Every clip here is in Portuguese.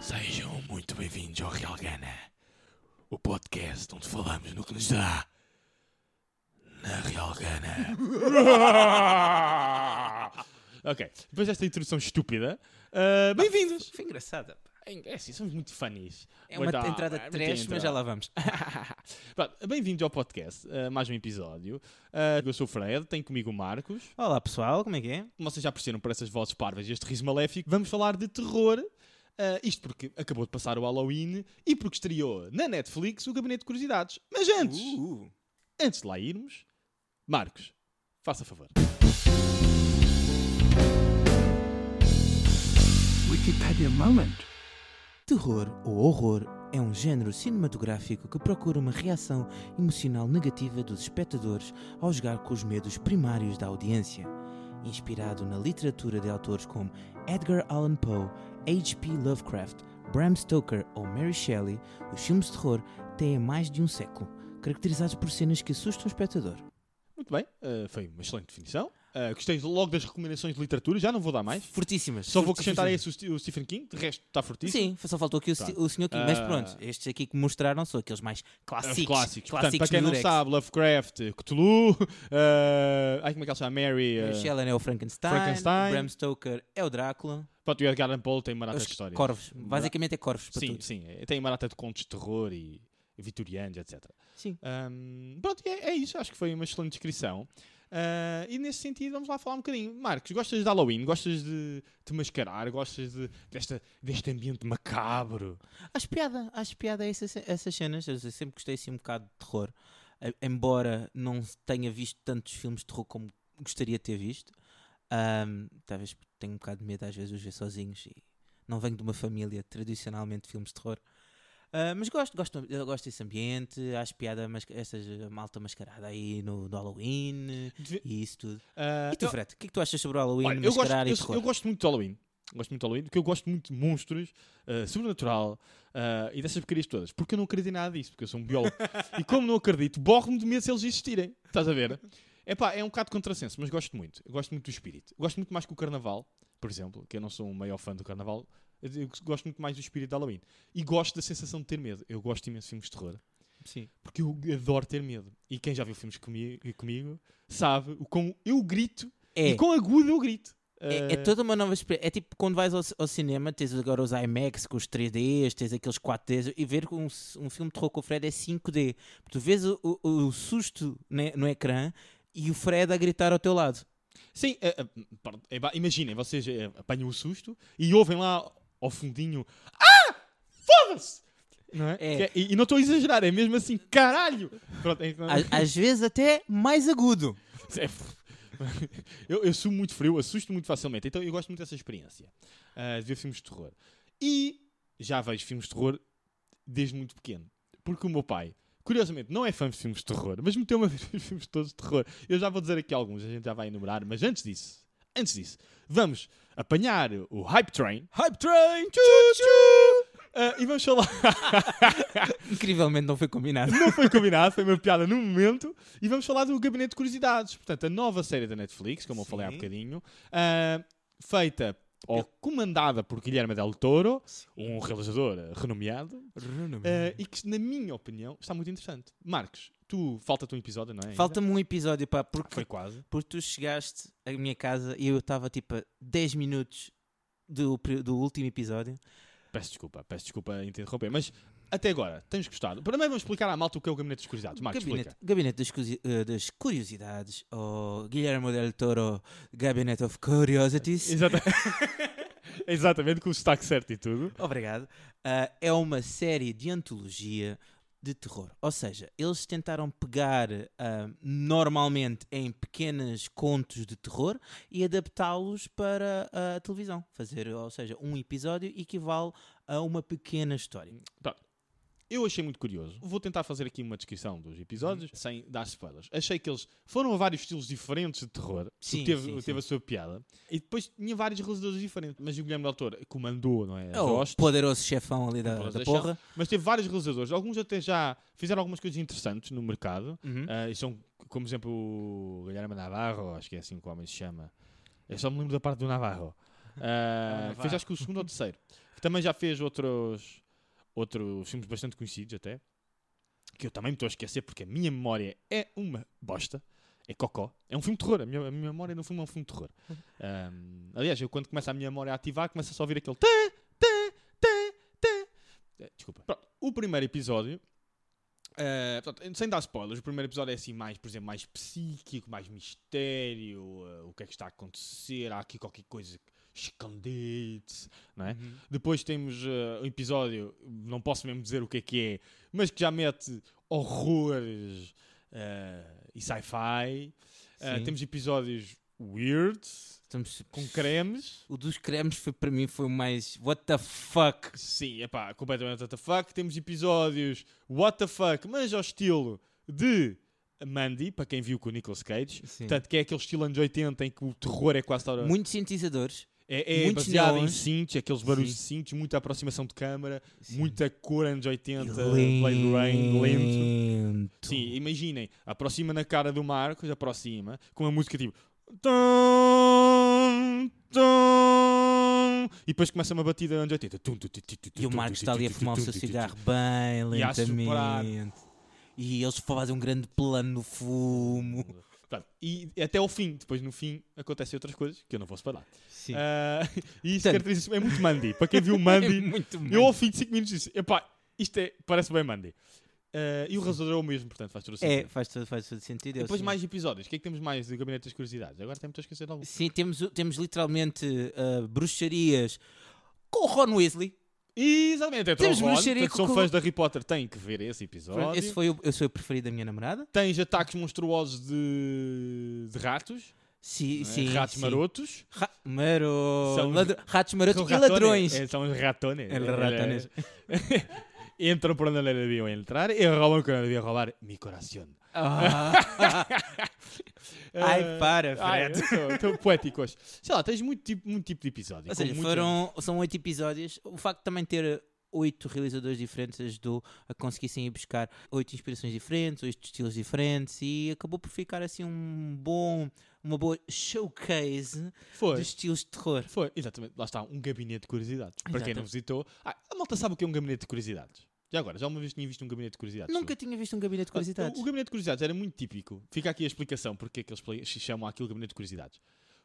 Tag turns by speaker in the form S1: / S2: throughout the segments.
S1: Sejam muito bem-vindos ao Realgana, o podcast onde falamos no que nos dá na Realgana. ok, depois desta introdução estúpida, ah, bem-vindos!
S2: Foi engraçada. pá.
S1: É assim, somos muito funnies.
S2: É uma
S1: Mas dá,
S2: entrada
S1: é muita
S2: trash, mas já
S1: entrada.
S2: lá vamos.
S1: Pronto, Bem-vindos ao podcast, ah, mais um episódio. Ah, eu sou o Fred, tenho comigo o Marcos.
S2: Olá pessoal, como é que é?
S1: Como vocês já perceberam por essas vozes parvas e este riso maléfico, vamos falar de terror. Ah, isto porque acabou de passar o Halloween e porque estreou na Netflix o Gabinete de Curiosidades. Mas antes,
S2: Uh,
S1: antes de lá irmos, Marcos, faça favor.
S3: Wikipedia moment.
S2: terror ou horror é um género cinematográfico que procura uma reação emocional negativa dos espectadores ao jogar com os medos primários da audiência. Inspirado na literatura de autores como Edgar Allan Poe, H.P. Lovecraft, Bram Stoker ou Mary Shelley, os filmes de terror têm mais de um século, caracterizados por cenas que assustam o espectador.
S1: Muito bem, ah, foi uma excelente definição. Ah, gostei logo das recomendações de literatura, já não vou dar mais.
S2: Fortíssimas.
S1: Só vou acrescentar a esse o Sti- o Stephen King, de resto está fortíssimo.
S2: Sim, só faltou aqui o,
S1: Pronto.
S2: si- o senhor King. Mas
S1: Ah.
S2: pronto, estes aqui que mostraram são aqueles mais
S1: Os
S2: clássicos.
S1: clássicos. Portanto, para quem
S2: do
S1: não
S2: Durex.
S1: sabe, Lovecraft, Cthulhu, ah, ai, como é que ela se chama? Mary. ah,
S2: Mary Shelley é o Frankenstein,
S1: Frankenstein.
S2: Bram Stoker é o Drácula,
S1: Pronto, o Edgar Allan Poe tem uma data
S2: os
S1: de histórias.
S2: corvos. Basicamente é corvos para
S1: Sim,
S2: tudo.
S1: sim. eh, Tem uma data de contos de terror e vitorianos, etc.
S2: Sim.
S1: Ahm, pronto, e é, é isso. Acho que foi uma excelente descrição. Ah, e nesse sentido, vamos lá falar um bocadinho. Marcos, gostas de Halloween? Gostas de te mascarar? Gostas de, desta, deste ambiente macabro?
S2: Acho piada, acho piada a essas, essas cenas. Eu sempre gostei assim um bocado de terror. Eh, Embora não tenha visto tantos filmes de terror como gostaria de ter visto. Ahm, talvez porque tenho um bocado de medo às vezes de os ver sozinhos e não venho de uma família tradicionalmente de filmes de terror. Ah, mas gosto, gosto, eu gosto desse ambiente, acho piada mas, essas malta mascarada aí no, no Halloween
S1: Deve-
S2: e isso tudo.
S1: Ah,
S2: E tu,
S1: eu-
S2: Fred, o que é que tu achas sobre o Halloween,
S1: Olha, eu, gosto,
S2: mascarar
S1: eu,
S2: e terror?
S1: eu gosto muito de Halloween. Gosto muito de Halloween porque eu gosto muito de monstros, ah, sobrenatural ah, e dessas porcarias todas. Porque eu não acredito em nada disso, porque eu sou um biólogo. e como não acredito, borro-me de medo se eles existirem. Estás a ver? Epá, é um bocado contrassenso, mas gosto muito. Eu gosto muito do espírito. Eu Gosto muito mais que o carnaval, por exemplo, que eu não sou um maior fã do carnaval. Eu eu gosto muito mais do espírito de Halloween. E gosto da sensação de ter medo. Eu gosto imenso de filmes de terror.
S2: Sim.
S1: Porque eu adoro ter medo. E quem já viu filmes comi- comigo sabe o quão eu grito
S2: É.
S1: e quão agudo eu grito.
S2: É, é
S1: Ah,
S2: toda uma nova experiência. É tipo quando vais ao, ci- ao cinema, tens agora os IMAX com os 3Ds, tens aqueles 4Ds, e ver um, s- um filme de terror com o Fred é 5D. Tu vês o, o- o susto ne- no ecrã e o Fred a gritar ao teu lado.
S1: Sim, eh, eh, pardon, eh, bah, imaginem, vocês eh, apanham o susto e ouvem lá ao fundinho Ah! Foda-se! Não é?
S2: É.
S1: Que E, e não estou a exagerar, é mesmo assim, caralho! Pronto, então-
S2: Às, às vezes até mais agudo.
S1: é, eu, eu sou muito frio, assusto muito facilmente, então eu gosto muito dessa experiência ah, de ver filmes de terror. E já vejo filmes de terror desde muito pequeno, porque o meu pai, curiosamente, não é fã de filmes de terror, mas meteu-me a ver filmes todos de terror. Eu já vou dizer aqui alguns, a gente já vai enumerar, mas antes disso, antes disso, vamos apanhar o Hype Train
S2: Hype Train!
S1: ah, e vamos falar.
S2: Incrivelmente não foi combinado.
S1: Não foi combinado, foi uma piada no momento. E vamos falar do Gabinete de Curiosidades. Portanto, a nova série da Netflix, como eu falei há
S2: Sim.
S1: bocadinho, ah, feita ou comandada por Guilherme Del Toro, um realizador ah, renomeado, ah, e que, na minha opinião, está muito interessante. Marcos, tu falta-te um episódio, não é? ainda?
S2: Falta-me um episódio, pá, porque
S1: Ah, Foi quase.
S2: Porque tu chegaste à minha casa e eu estava tipo a 10 minutos do, pri- do último episódio.
S1: Peço desculpa, peço desculpa em te interromper, mas até agora, tens gostado? Primeiro vamos explicar à malta o que é o Gabinete de Curiosidades. Marcos,
S2: gabinete,
S1: explica.
S2: gabinete das, Cusi- eh, das Curiosidades, ou Guilherme del Toro, Gabinete of Curiosities.
S1: Exata- Exatamente, com o sotaque certo e tudo.
S2: Obrigado. Ah, é uma série de antologia de terror. Ou seja, eles tentaram pegar ah, normalmente em pequenos contos de terror e adaptá-los para eh, a televisão. Fazer, ou seja, um episódio equivale a uma pequena história.
S1: Pá, Eu achei muito curioso. Vou tentar fazer aqui uma descrição dos
S2: Uhum.
S1: episódios sem dar spoilers. Achei que eles foram a vários estilos diferentes de terror. o que
S2: Sim,
S1: teve,
S2: sim,
S1: o que
S2: sim.
S1: teve a sua piada. E depois tinha vários realizadores diferentes. Mas o Guilherme Del Toro comandou, não é?
S2: É o
S1: Ghost.
S2: poderoso chefão ali da,
S1: Poderoso
S2: da
S1: chefão.
S2: porra.
S1: Mas teve vários realizadores. Alguns até já fizeram algumas coisas interessantes no mercado.
S2: Uhum.
S1: Ah, e são, como exemplo, o Guilherme Navarro, acho que é assim que o homem se chama. Eu só me lembro da parte do Navarro. Ah,
S2: É Navarro.
S1: fez acho que o segundo ou o terceiro. Também já fez outros, outros filmes bastante conhecidos até. Que eu também me estou a esquecer porque a minha memória é uma bosta. É cocó. É um filme de terror. A minha, a minha memória no filme é um filme de terror. Ah, aliás, eu quando começa a minha memória a ativar, começa só a ouvir aquele... tã, tã, tã, tã. Eh, Desculpa. Pronto, o primeiro episódio Uh, portanto, sem dar spoilers, o primeiro episódio é assim mais, por exemplo, mais psíquico, mais mistério, uh, o que é que está a acontecer, há aqui qualquer coisa escondida, não é?
S2: Uhum.
S1: Depois temos uh, um episódio, não posso mesmo dizer o que é que é, mas que já mete horrores uh, e sci-fi. Uh,
S2: Sim.
S1: temos episódios weird,
S2: Estamos-
S1: com cremes.
S2: O dos cremes foi para mim foi o mais what the fuck.
S1: Sim, é pá, completamente what the fuck. Temos episódios what the fuck, mas ao estilo de Mandy, para quem viu com o Nicolas Cage.
S2: Sim.
S1: Portanto, que é aquele estilo anos 80 em que o terror é quase toda...
S2: Muitos sintetizadores.
S1: é, é
S2: muitos
S1: baseado em
S2: neons.
S1: cintos, aqueles barulhos de cintos, muita aproximação de câmara, muita cor anos 80,
S2: E
S1: Blade Rain, lento.
S2: lento.
S1: Sim, imaginem, aproxima na cara do Marcos, aproxima, com uma música tipo... E depois começa uma batida anos 80.
S2: E o Marcos está ali a fumar o seu cigarro bem
S1: E a soprar.
S2: lentamente. E eles fazem um grande plano no fumo.
S1: Portanto, e até ao fim, depois no fim acontecem outras coisas que eu não vou separar. Ah,
S2: Sim.
S1: e isso
S2: Portanto-
S1: caracteriza é muito Mandy. Para quem viu
S2: É
S1: É, Mandy,
S2: muito
S1: eu
S2: mal.
S1: ao fim de 5 minutos disse: epá, isto é, parece bem Mandy. Ah, e o realizador é o mesmo, portanto faz todo o
S2: É, né?
S1: sentido.
S2: faz todo, faz todo sentido. eu
S1: Depois
S2: sim.
S1: mais episódios. O que é que temos mais do Gabinete das Curiosidades? Agora até me estou a esquecer de algum.
S2: Sim, temos, o- temos literalmente ah, bruxarias com o Ron Weasley.
S1: Exatamente, é Tron
S2: Temos
S1: Ron.
S2: bruxaria
S1: Portanto, são
S2: com-
S1: fãs de Harry Potter, têm que ver esse episódio.
S2: Esse foi o, esse foi o preferido da minha namorada.
S1: Tens ataques monstruosos de, de ratos, não
S2: Sim,
S1: é?
S2: sim.
S1: ratos
S2: sim.
S1: marotos.
S2: Ra maro...
S1: São-
S2: ladr- Ratos marotos
S1: São
S2: e
S1: ratones.
S2: ladrões.
S1: É, são os ratones.
S2: É, ratones.
S1: Entram por onde não deviam entrar e roubam quando não deviam roubar. Mi coração.
S2: Ah. Ai,
S1: Eh,
S2: para,
S1: ai,
S2: Fred.
S1: eu sou- Estou poético hoje. Sei lá, tens muito tipo, muito tipo de episódio.
S2: Ou
S1: com
S2: seja,
S1: muito-
S2: foram, são oito episódios. O facto de também ter oito realizadores diferentes ajudou a conseguissem ir buscar oito inspirações diferentes, oito estilos diferentes e acabou por ficar assim um bom, uma boa showcase
S1: Foi.
S2: dos estilos de terror.
S1: Foi, exatamente. Lá está, um gabinete de curiosidades. Para quem
S2: Exato.
S1: não visitou. Ah, a malta sabe o que é um gabinete de curiosidades. Já agora, já uma vez tinha visto um gabinete de curiosidades.
S2: Nunca tinha visto um gabinete de
S1: Ah,
S2: curiosidades.
S1: então, O, o gabinete de curiosidades era muito típico. Fica aqui a explicação porque é que eles play- se chamam aquilo gabinete de curiosidades.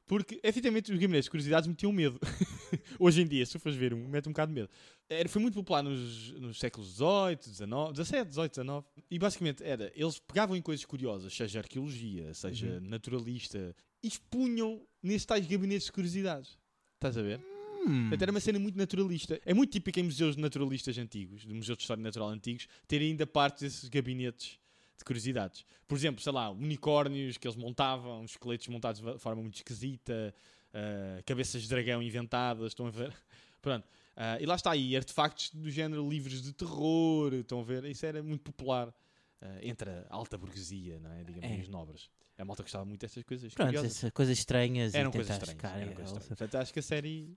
S1: Porque, efetivamente, os gabinetes de curiosidades metiam medo. Hoje em dia, se tu fores ver, um, mete um bocado de medo. Era, foi muito popular nos, nos séculos XVIII, XIX, XVII, XVIII, XIX. E basicamente era, eles pegavam em coisas curiosas, seja arqueologia, seja
S2: Uhum.
S1: naturalista, e expunham nesses tais gabinetes de curiosidades. Estás a ver?
S2: Hum.
S1: Portanto, era uma cena muito naturalista. É muito típico em museus de naturalistas antigos, de museus de história natural antigos, terem ainda partes desses gabinetes de curiosidades. Por exemplo, sei lá, unicórnios que eles montavam, esqueletos montados de forma muito esquisita, ah, cabeças de dragão inventadas, estão a ver? Pronto. Ah, e lá está aí, artefactos do género livros de terror, estão a ver? Isso era muito popular ah, entre a alta burguesia, não é? Digamos,
S2: É.
S1: e os nobres. A malta gostava muito destas coisas.
S2: Pronto,
S1: curiosas.
S2: essas coisas estranhas
S1: Eram
S2: e
S1: coisas
S2: tentar
S1: estranhas. é,
S2: chegar
S1: eram
S2: a
S1: coisas
S2: elas.
S1: estranhas. Portanto, acho que a série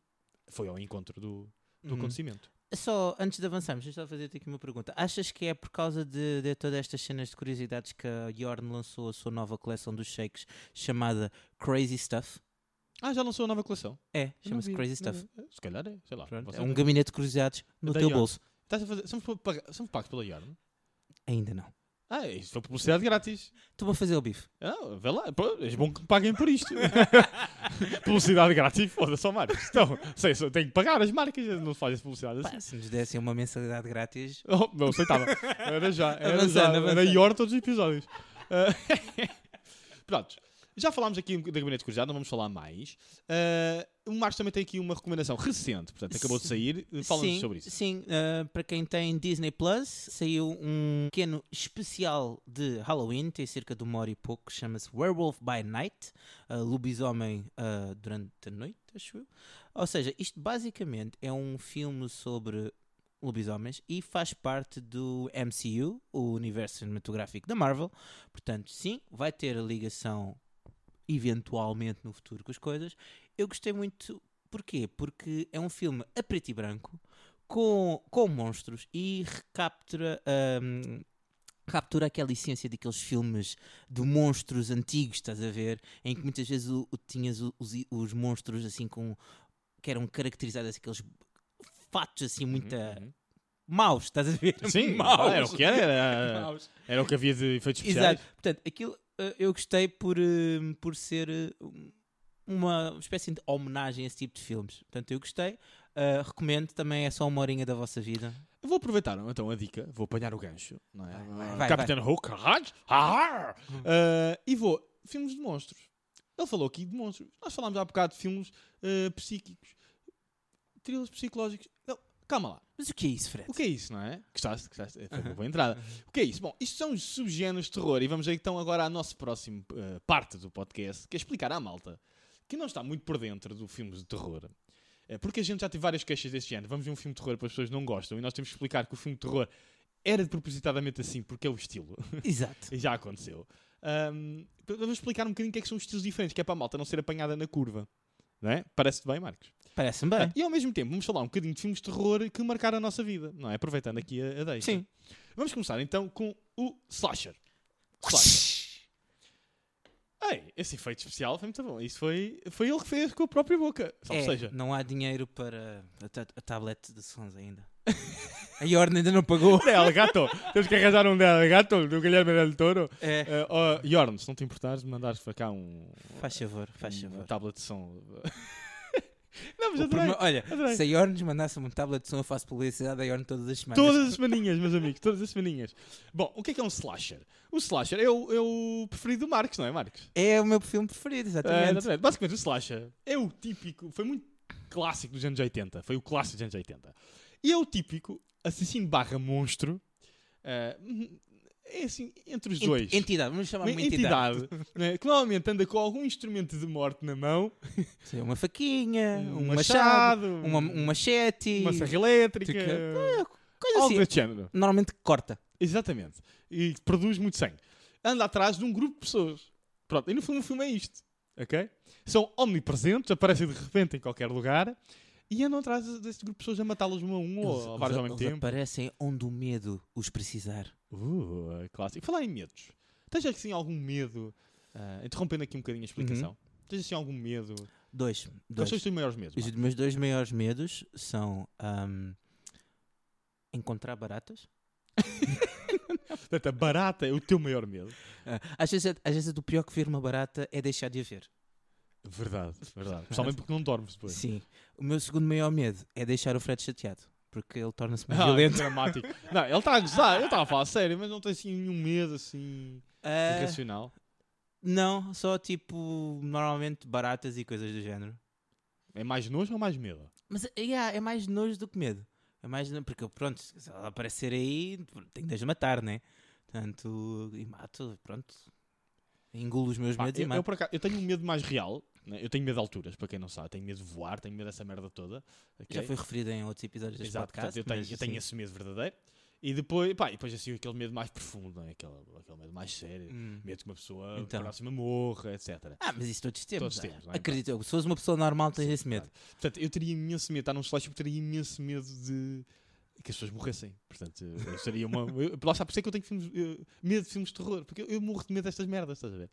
S1: foi ao encontro do, do
S2: Hum.
S1: acontecimento.
S2: Só antes de avançarmos, deixa eu fazer-te aqui uma pergunta. Achas que é por causa de, de todas estas cenas de curiosidades que a Yorn lançou a sua nova coleção dos shakes chamada Crazy Stuff?
S1: Ah, já lançou a nova coleção.
S2: É,
S1: Eu
S2: chama-se
S1: não vi,
S2: Crazy
S1: não
S2: Stuff.
S1: vi. Se calhar é, sei lá.
S2: Pronto,
S1: Você
S2: é um
S1: tem-
S2: gabinete de curiosidades no
S1: Da
S2: teu
S1: Yorn.
S2: bolso.
S1: Estás a fazer- Somos, pa- paga- somos pagos pela Yorn?
S2: Ainda não.
S1: Ah, isso foi publicidade grátis.
S2: Estou a fazer o bife.
S1: Ah, vê lá. Pô, é bom que me paguem por isto. publicidade grátis, foda-se, só marcas. Então, sei, só tenho que pagar as marcas, não se fazem publicidade assim.
S2: Pá, se nos dessem uma mensalidade grátis.
S1: Oh, não aceitava. Era já. Era
S2: Avançando,
S1: já. Era
S2: avançando.
S1: Ior todos os episódios. Ah, Pronto. Já falámos aqui um da Gabinete de Curiosidade, não vamos falar mais. Ah, o Marcos também tem aqui uma recomendação recente, portanto, acabou de sair. Fala-nos
S2: sim,
S1: sobre isso.
S2: Sim, ah, para quem tem Disney Plus, saiu um pequeno especial de Halloween, tem cerca de uma hora e pouco, chama-se Werewolf by Night, ah, lobisomem ah, durante a noite, acho eu. Ou seja, isto basicamente é um filme sobre lobisomens e faz parte do MCU, o universo cinematográfico da Marvel. Portanto, sim, vai ter a ligação eventualmente no futuro com as coisas. Eu gostei muito. Porquê? Porque é um filme a preto e branco, com, com monstros e recaptura. hum, Captura aquela essência daqueles filmes de monstros antigos, estás a ver? Em que muitas vezes o, o- tinhas o- os, os monstros assim com. que eram caracterizados assim, aqueles fatos assim, muito
S1: Uhum.
S2: maus, estás a ver?
S1: Sim, ah,
S2: maus.
S1: era o que era. Era,
S2: Maus.
S1: era o que havia de efeitos especiais.
S2: Exato. Portanto, aquilo eh, eu gostei por, eh, por ser eh, um- uma espécie de homenagem a esse tipo de filmes. Portanto, eu gostei. Eh, recomendo também, é só uma horinha da vossa vida.
S1: Eu Vou aproveitar então a dica, vou apanhar o gancho, não é?
S2: Vai,
S1: Ah,
S2: vai,
S1: Capitão Hulk, arranjo, ah, ah, e vou. Filmes de monstros. Ele falou aqui de monstros. Nós falámos há bocado de filmes ah, psíquicos, trilhos psicológicos. Não, calma lá.
S2: Mas o que é isso, Fred?
S1: O que é isso, não é? Gostaste? Gostaste? Foi uma boa entrada. O que é isso? Bom, isto são os subgéneros de terror e vamos aí, então agora à nossa próxima eh, parte do podcast, que é explicar à malta que não está muito por dentro do filme de terror. Eh, porque a gente já teve várias queixas deste género. Vamos ver um filme de terror para as pessoas não gostam e nós temos que explicar que o filme de terror era de propositadamente assim porque é o estilo.
S2: Exato.
S1: e já aconteceu. Ahm, vamos explicar um bocadinho o que é que são os estilos diferentes, que é para a malta não ser apanhada na curva. Não é? Parece-te bem, Marcos?
S2: Parece-me bem.
S1: Ah, E ao mesmo tempo, vamos falar um bocadinho de filmes de terror que marcaram a nossa vida, não é? Aproveitando aqui a, a deixa.
S2: Sim.
S1: Vamos começar então com o Slasher. Slasher. Ei, esse efeito especial foi muito bom. Isso foi, foi ele que fez com a própria boca. Só
S2: É,
S1: seja. um
S2: não há dinheiro para a, ta- a tablet de sons ainda. a Yorn ainda não pagou.
S1: Del Gato. Temos que arranjar um Del Gato do Guilherme Del Toro.
S2: É,
S1: Eh, oh, Jorn, se não te importares, mandares para cá um,
S2: faz favor, faz
S1: uma
S2: favor.
S1: tablet de som. não, Hum, tá, mas
S2: O
S1: adorei.
S2: prime- olha,
S1: adorei.
S2: se a Yorn nos mandasse uma tablet de som, eu faço publicidade da Yorn todas as semanas.
S1: Todas as semaninhas, meus amigos, todas as semaninhas. Bom, o que é que é um slasher? O slasher é o, é o preferido do Marcos, não é, Marcos?
S2: É o meu filme preferido,
S1: É,
S2: exatamente.
S1: exatamente. Basicamente, o slasher é o típico. Foi muito clássico dos anos 80. Foi o clássico dos anos 80. E é o típico assassino barra monstro. eh, é assim, entre os
S2: Ent-
S1: dois.
S2: Entidade, vamos chamar
S1: Uma entidade, né, que normalmente anda com algum instrumento de morte na mão,
S2: Sim, uma faquinha,
S1: um,
S2: um machado,
S1: machado,
S2: uma, um machete,
S1: uma serra elétrica,
S2: Tica- coisa
S1: algo
S2: assim.
S1: desse género.
S2: Normalmente corta.
S1: Exatamente. E produz muito sangue. Anda atrás de um grupo de pessoas. Pronto, e no fundo o filme é isto. Ok? São omnipresentes, aparecem de repente em qualquer lugar e andam atrás desse grupo de pessoas a matá-los um a um ou a vários ao mesmo
S2: eles
S1: tempo.
S2: aparecem onde o medo os precisar.
S1: Uh, é clássico. Falar em medos. Tens assim algum medo? ah, interrompendo aqui um bocadinho a explicação. Tens assim algum medo?
S2: Dois.
S1: Quais
S2: dois.
S1: são os teus maiores medos?
S2: Os
S1: Marco?
S2: meus dois maiores medos são ahm, encontrar baratas.
S1: Portanto, a barata é o teu maior medo.
S2: Ah, Às vezes, às vezes o pior que ver uma barata é deixar de haver.
S1: Verdade, verdade. Principalmente porque não dormes depois.
S2: Sim. O meu segundo maior medo é deixar o Fred chateado. Porque ele torna-se mais
S1: Ah,
S2: violento.
S1: dramático. Não, ele está a gozar, ele está a falar sério, mas não tem assim nenhum medo assim
S2: Ah,
S1: irracional.
S2: não, só tipo, normalmente baratas e coisas do género.
S1: É mais nojo ou mais medo?
S2: Mas eh, yeah, é mais nojo do que medo. É mais no- porque pronto, se ela aparecer aí, tenho de as matar, né? Portanto, e mato, pronto. Engulo os meus
S1: Pá,
S2: medos e
S1: eu, eu,
S2: mato.
S1: por acaso- eu tenho um medo mais real. né? Eu tenho medo de alturas, para quem não sabe. Tenho medo de voar, tenho medo dessa merda toda. ok?
S2: Já foi referido em outros episódios deste
S1: Exato, portanto,
S2: podcast.
S1: eu tenho,
S2: mas, assim-
S1: eu tenho
S2: sim.
S1: esse medo verdadeiro. E depois, pá, e depois assim, aquele medo mais profundo, não é? aquele, aquele medo mais sério.
S2: Hum.
S1: Medo que uma pessoa
S2: Então.
S1: próxima morra, etc.
S2: Ah, mas isso todos temos.
S1: Todos
S2: ah.
S1: temos, não é?
S2: Acredito eu. Se fosse uma pessoa normal, tens
S1: Sim,
S2: esse medo.
S1: Portanto, eu teria imenso medo de estar num slasher, porque teria imenso medo de que as pessoas morressem. Portanto, eu eu seria uma. Eu, lá está, por isso é que eu tenho filmes- eu- medo de filmes de terror, porque eu, eu morro de medo destas merdas, estás a ver?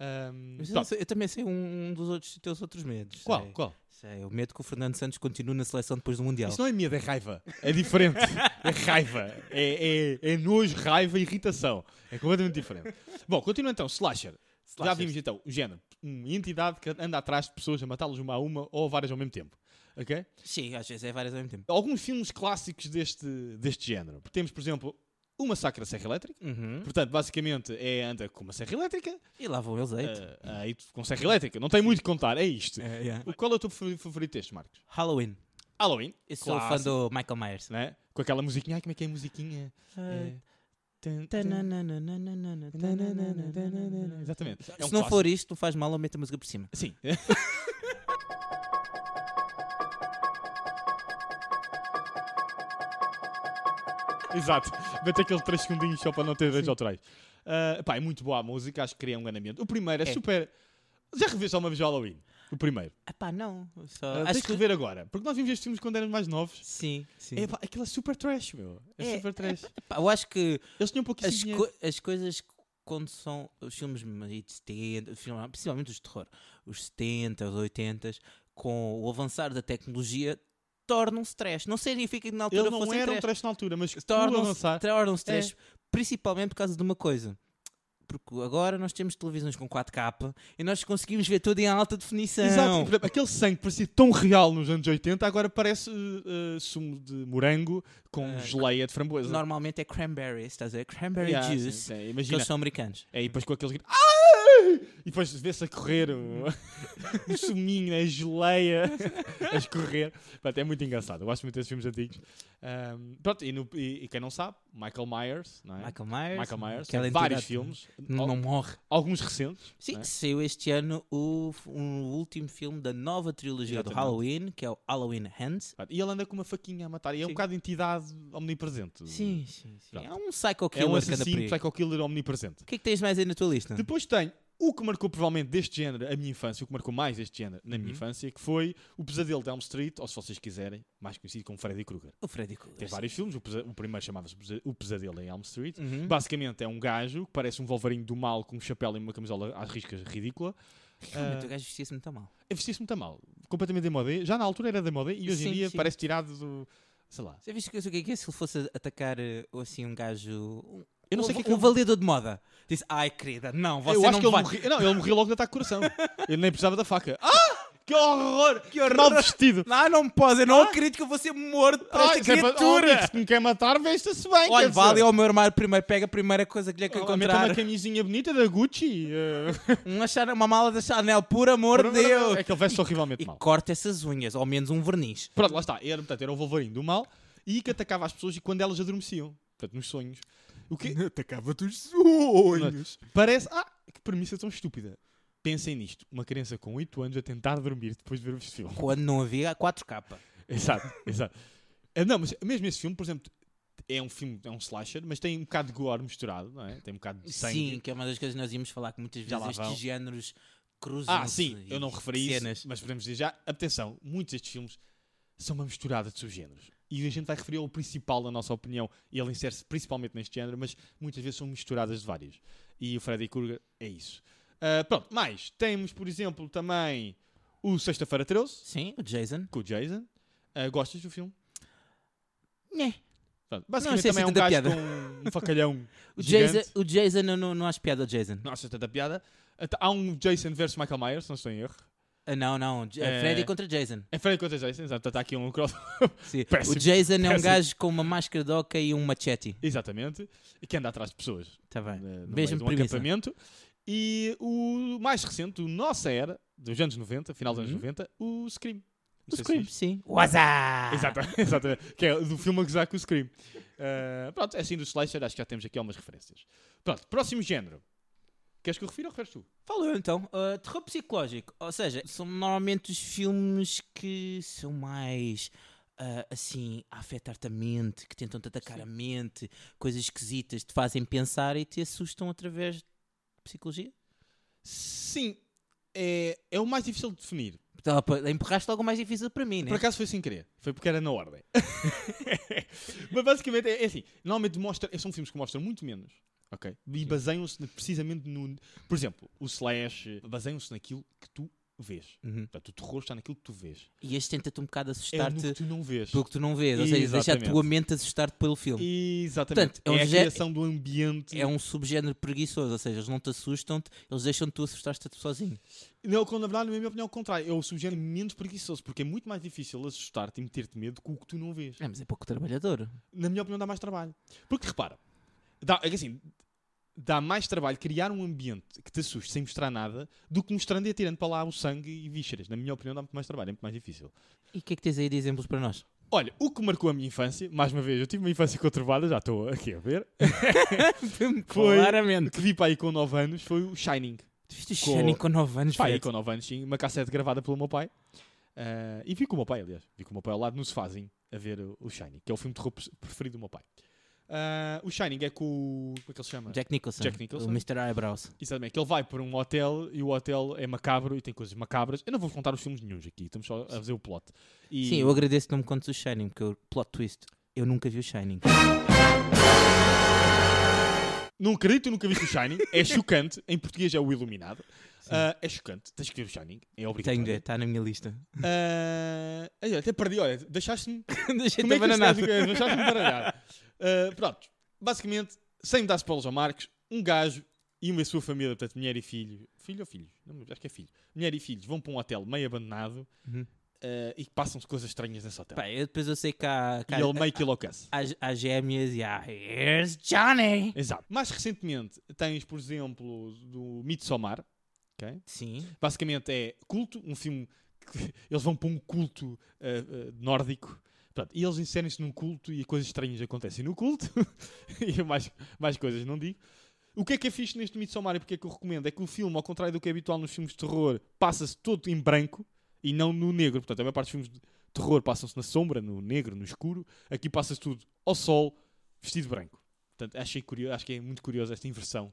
S1: Ahm,
S2: Mas
S1: pronto.
S2: eu, não sei, eu também sei um, um dos outros, teus outros medos.
S1: qual?
S2: Sei.
S1: Qual?
S2: Sei, é o medo que o Fernando Santos continue na seleção depois do Mundial.
S1: Isso não é medo, é raiva. É diferente. é raiva. É, é, é nojo, raiva e irritação. É completamente diferente. Bom, continua então. Slasher. Já vimos então o género. Uma entidade que anda atrás de pessoas a matá-los uma a uma ou várias ao mesmo tempo. Ok?
S2: Sim, às vezes é várias ao mesmo tempo.
S1: alguns filmes clássicos deste, deste género. Temos, por exemplo, O Massacre da Serra Elétrica.
S2: Uhum.
S1: Portanto, basicamente, é anda com uma serra elétrica,
S2: E lá vão eles aí.
S1: ah, aí tu- com serra elétrica. Não tem muito que contar, é isto.
S2: É, yeah.
S1: O- Qual é o teu favori- favorito deste, Marcos?
S2: Halloween.
S1: Halloween,
S2: Eu sou fã
S1: Clássico.
S2: do Michael Myers. eh,
S1: né? com aquela musiquinha. Ai, como é que é a musiquinha? É. Tan,
S2: um
S1: tan, tananana,
S2: Se
S1: Exatamente. É um
S2: não
S1: clássico.
S2: for isto, faz mal ou mete a música por cima.
S1: Sim. Exato. Mete aqueles 3 segundinhos só para não ter direitos autorais. Ah, pá, é muito boa a música, acho que cria um grande ambiente. O primeiro é,
S2: É.
S1: super. Já reveste alguma vez o Halloween? O primeiro.
S2: Ah pá, não. Só...
S1: Ah, tens
S2: acho
S1: que
S2: que...
S1: rever agora. Porque nós vimos estes filmes quando éramos mais novos.
S2: Sim, sim.
S1: É, pá, aquilo é super trash, meu. É,
S2: É.
S1: super trash.
S2: Pá, eu acho que
S1: Eles tinham pouquíssimo
S2: as,
S1: dinheiro.
S2: co- as coisas que- quando são os filmes meio de 70, os filmes- principalmente os de terror, os 70, os 80, com o avançar da tecnologia, tornam-se trash. Não significa que na altura
S1: Ele não
S2: fossem
S1: era um
S2: trash.
S1: trash na altura, mas que
S2: Tornam-se-
S1: avançar.
S2: Tornam-se
S1: É.
S2: trash, principalmente por causa de uma coisa. Porque agora nós temos televisões com 4K e nós conseguimos ver tudo em alta definição.
S1: Exato, por exemplo, aquele sangue que parecia tão real nos anos 80, agora parece eh, eh, sumo de morango com
S2: Ah,
S1: geleia de framboesa.
S2: Normalmente é cranberry, estás a ver? Cranberry
S1: Yeah, sim,
S2: juice.
S1: sim,
S2: que
S1: imagina.
S2: eles são americanos.
S1: É, e depois com aqueles gritos. "Ai!" E depois vê-se a correr o, o suminho, a geleia a escorrer. Pronto, é muito engraçado. Eu gosto muito desses filmes antigos. Ahm, pronto, e, no- e- e quem não sabe, Michael Myers, não é?
S2: Michael Myers.
S1: Michael Myers,
S2: aquela
S1: tem vários
S2: entidade
S1: filmes,
S2: que Não,
S1: al-
S2: não morre.
S1: alguns recentes.
S2: Sim,
S1: não é?
S2: saiu este ano o, f- um último filme da nova trilogia
S1: Exatamente.
S2: do Halloween, que é o Halloween Hands.
S1: Pronto, E ele anda com uma faquinha a matar. E é um
S2: Sim.
S1: bocado de entidade omnipresente.
S2: Sim, sim, sim.
S1: Pronto.
S2: É um psycho
S1: É um
S2: killer que anda por
S1: assassino
S2: aí.
S1: psycho Tipo killer omnipresente.
S2: O que é que tens mais aí na tua lista?
S1: Depois tem o que marcou provavelmente deste género a minha infância, o que marcou mais este género na minha
S2: Uhum.
S1: infância, que foi o Pesadelo de Elm Street, ou se vocês quiserem, mais conhecido como Freddy Krueger.
S2: O Freddy Krueger.
S1: Tem vários filmes, o, pesa- o primeiro chamava-se Pesa- O Pesadelo em Elm Street.
S2: Uhum.
S1: Basicamente é um gajo que parece um Wolverine do mal com um chapéu e uma camisola às riscas ridícula. eh,
S2: Realmente, o gajo vestia-se muito mal.
S1: É vestir-se muito a mal, completamente da moda. Já na altura era da moda e hoje em
S2: Sim,
S1: dia
S2: sim.
S1: parece tirado do. Sei lá.
S2: Já viste o que é que é se ele fosse atacar eh, ou assim um gajo. Um,
S1: Eu não sei o que
S2: um,
S1: é que
S2: um
S1: ele-
S2: validador de moda. Disse, ai querida, não, você
S1: eu acho
S2: não
S1: que ele
S2: vai.
S1: morreu. Não, ele morreu logo de ataque de coração. ele nem precisava da faca. Ah! Que horror! Que mal vestido!
S2: Não, não pode, eu não acredito que eu vou ser morto por
S1: Ai,
S2: esta
S1: que é para- oh,
S2: criatura.
S1: amigo, se me quer matar, veste-se bem.
S2: Olha,
S1: quer
S2: vale
S1: dizer.
S2: ao meu armário primeiro, pega a primeira coisa que lhe
S1: Oh, mete
S2: encontrar.
S1: uma camisinha bonita da Gucci. eh,
S2: Um achar uma mala da Chanel, por amor de Deus.
S1: É que ele veste horrivelmente
S2: E
S1: mal.
S2: corta essas unhas, ao menos um verniz.
S1: Pronto, lá está. Era, portanto, era o Wolverine do mal e que atacava as pessoas e quando elas adormeciam. Portanto, nos sonhos. O que
S3: Atacava-te os sonhos.
S1: parece... Ah, que premissa tão estúpida. Pensem nisto. Uma criança com 8 anos a tentar dormir depois de ver o filme.
S2: Quando não havia 4K.
S1: Exato, exato. Ah, Não, mas mesmo esse filme, por exemplo, é um filme, é um slasher, mas tem um bocado de gore misturado, não é? Tem um bocado de sangue.
S2: Sim, que é uma das coisas que nós íamos falar, que muitas
S1: Já lá
S2: vezes
S1: vão.
S2: estes géneros cruzam-se.
S1: Ah, sim, eu não
S2: e
S1: referi
S2: cenas.
S1: isso, mas podemos dizer já. Atenção, muitos destes filmes são uma misturada de subgéneros. E a gente vai referir ao principal, na nossa opinião, e ele insere-se principalmente neste género, mas muitas vezes são misturadas de vários. E o Freddy Krueger é isso. Ah, pronto, mais. Temos, por exemplo, também o Sexta-feira 13,
S2: Sim, o Jason.
S1: com o Jason. Ah, gostas do filme?
S2: Né.
S1: Pronto,
S2: Não
S1: basicamente
S2: sei se
S1: também é um
S2: tanta
S1: gajo
S2: piada.
S1: com um facalhão
S2: O
S1: gigante.
S2: Jason, o Jason eu não, não acho piada ao Jason.
S1: Não achas tanta piada. Até- Há um Jason versus Michael Myers, se não estou em erro.
S2: Ah, Não, não, J-
S1: É.
S2: Freddy contra Jason.
S1: É Freddy contra Jason, exato. Está aqui um cross
S2: Sim.
S1: Péssimo,
S2: O Jason é um
S1: péssimo.
S2: gajo com uma máscara de oca e um machete.
S1: Exatamente. E que anda atrás de pessoas.
S2: Tá
S1: eh,
S2: bem.
S1: No meio
S2: Mesmo
S1: de um
S2: premissa.
S1: acampamento. E o mais recente, o Nossa Era, dos anos 90, final dos anos
S2: Uhum.
S1: 90, o Scream. Ah. Não sei
S2: O
S1: se
S2: Scream,
S1: viste.
S2: é sim. Waza!
S1: Exato, exatamente. Que é do filme a gozar com o Scream. Eh, pronto, é assim do Slasher, acho que já temos aqui algumas referências. Pronto, próximo género. Queres que eu refira ou referes tu?
S2: Falo eu então. Uh, terror psicológico. Ou seja, são normalmente os filmes que são mais. uh, assim, a afetar-te a mente, que tentam-te atacar a mente, coisas esquisitas, te fazem pensar e te assustam através de psicologia.
S1: Sim, é, é o mais difícil de definir.
S2: Então, pá, Empurraste logo o mais difícil para mim, né?
S1: Por acaso foi sem querer, foi porque era na ordem. Mas basicamente é, é assim: normalmente mostra, são filmes que mostram muito menos, ok? E baseiam-se na- precisamente no. Por exemplo, o Slash baseiam-se naquilo que tu vês.
S2: Uhum.
S1: Portanto, o terror está naquilo que tu vês.
S2: E este tenta-te um
S1: É no
S2: bocado assustar-te
S1: que tu não vês.
S2: pelo que tu não vês. Ou seja, deixar a
S1: Exatamente.
S2: tua mente assustar-te pelo filme.
S1: Exatamente.
S2: Portanto, é um
S1: é a
S2: gé-
S1: criação do ambiente.
S2: É um subgénero preguiçoso, ou seja, eles não te assustam-te, eles deixam-te tu assustar-te sozinho.
S1: Não, quando, na verdade, na minha opinião, é o contrário. É o subgénero menos preguiçoso, porque é muito mais difícil assustar-te e meter-te medo com o que tu não vês.
S2: É, mas é pouco trabalhador.
S1: na minha opinião, dá mais trabalho. Porque repara, dá, é que assim, dá mais trabalho criar um ambiente que te assuste sem mostrar nada do que mostrando e atirando para lá o sangue e vísceras. Na minha opinião, dá muito mais trabalho, é muito mais difícil.
S2: E o que é que tens aí de exemplos para nós?
S1: Olha, o que marcou a minha infância, mais uma vez, eu tive uma infância conturbada, já estou aqui a ver.
S2: Claramente.
S1: O que vi para aí com 9 anos foi o Shining.
S2: Tu viste o
S1: Com-
S2: Shining com 9 anos,
S1: Pai,
S2: Fred?
S1: com 9 anos, sim, uma cassete gravada pelo meu pai. Ah, e vi com o meu pai, aliás. Vi com o meu pai ao lado no Sofazem a ver o, o Shining, que é o filme de terror preferido do meu pai. Ah, o Shining é com o. Como é que ele se chama?
S2: Jack Nicholson.
S1: Jack Nicholson.
S2: O Mr. Eyebrows.
S1: Exatamente, que ele vai para um hotel e o hotel é macabro e tem coisas macabras. Eu não vou contar os filmes nenhums aqui, estamos só a fazer o plot. E-
S2: Sim, eu agradeço que não me contes o Shining, porque eu, plot twist, eu nunca vi o Shining.
S1: Não acredito, nunca vi o Shining. É chocante. Em português é o Iluminado. Ah, é chocante. Tens que ver o Shining. É
S2: Tenho de
S1: obrigatório.
S2: ver, está na minha lista.
S1: Ah, ai, até perdi. Olha, deixaste-me.
S2: Deixei-te
S1: Como é que este
S2: abananado.
S1: gajo- é, deixaste-me baralhar. Ah, pronto. Basicamente, sem dar spoilers ao Marcos, um gajo e uma sua família, portanto, mulher e filho. Filho ou filho? Não, me- acho que é filho. Mulher e filhos vão para um hotel meio abandonado
S2: Uhum.
S1: ah, e passam-se coisas estranhas nesse hotel.
S2: Pá, é eu depois eu sei que há, que
S1: e
S2: há,
S1: ele meio que enlouquece.
S2: há- há gêmeas e há... Here's Johnny!
S1: Exato. Mais recentemente, tens, por exemplo, do Midsommar. ok?
S2: Sim.
S1: Basicamente é culto, um filme que eles vão para um culto eh, eh, nórdico. Pronto, e eles inserem-se num culto e coisas estranhas acontecem no culto. e mais, mais coisas, não digo. O que é que é fixe neste Midsommar e porque é que eu recomendo? É que o filme, ao contrário do que é habitual nos filmes de terror, passa-se todo em branco e não no negro. Portanto, a maior parte dos filmes de terror passam-se na sombra, no negro, no escuro. Aqui passa-se tudo ao sol, vestido de branco. Portanto, achei curioso, acho que é muito curioso esta inversão.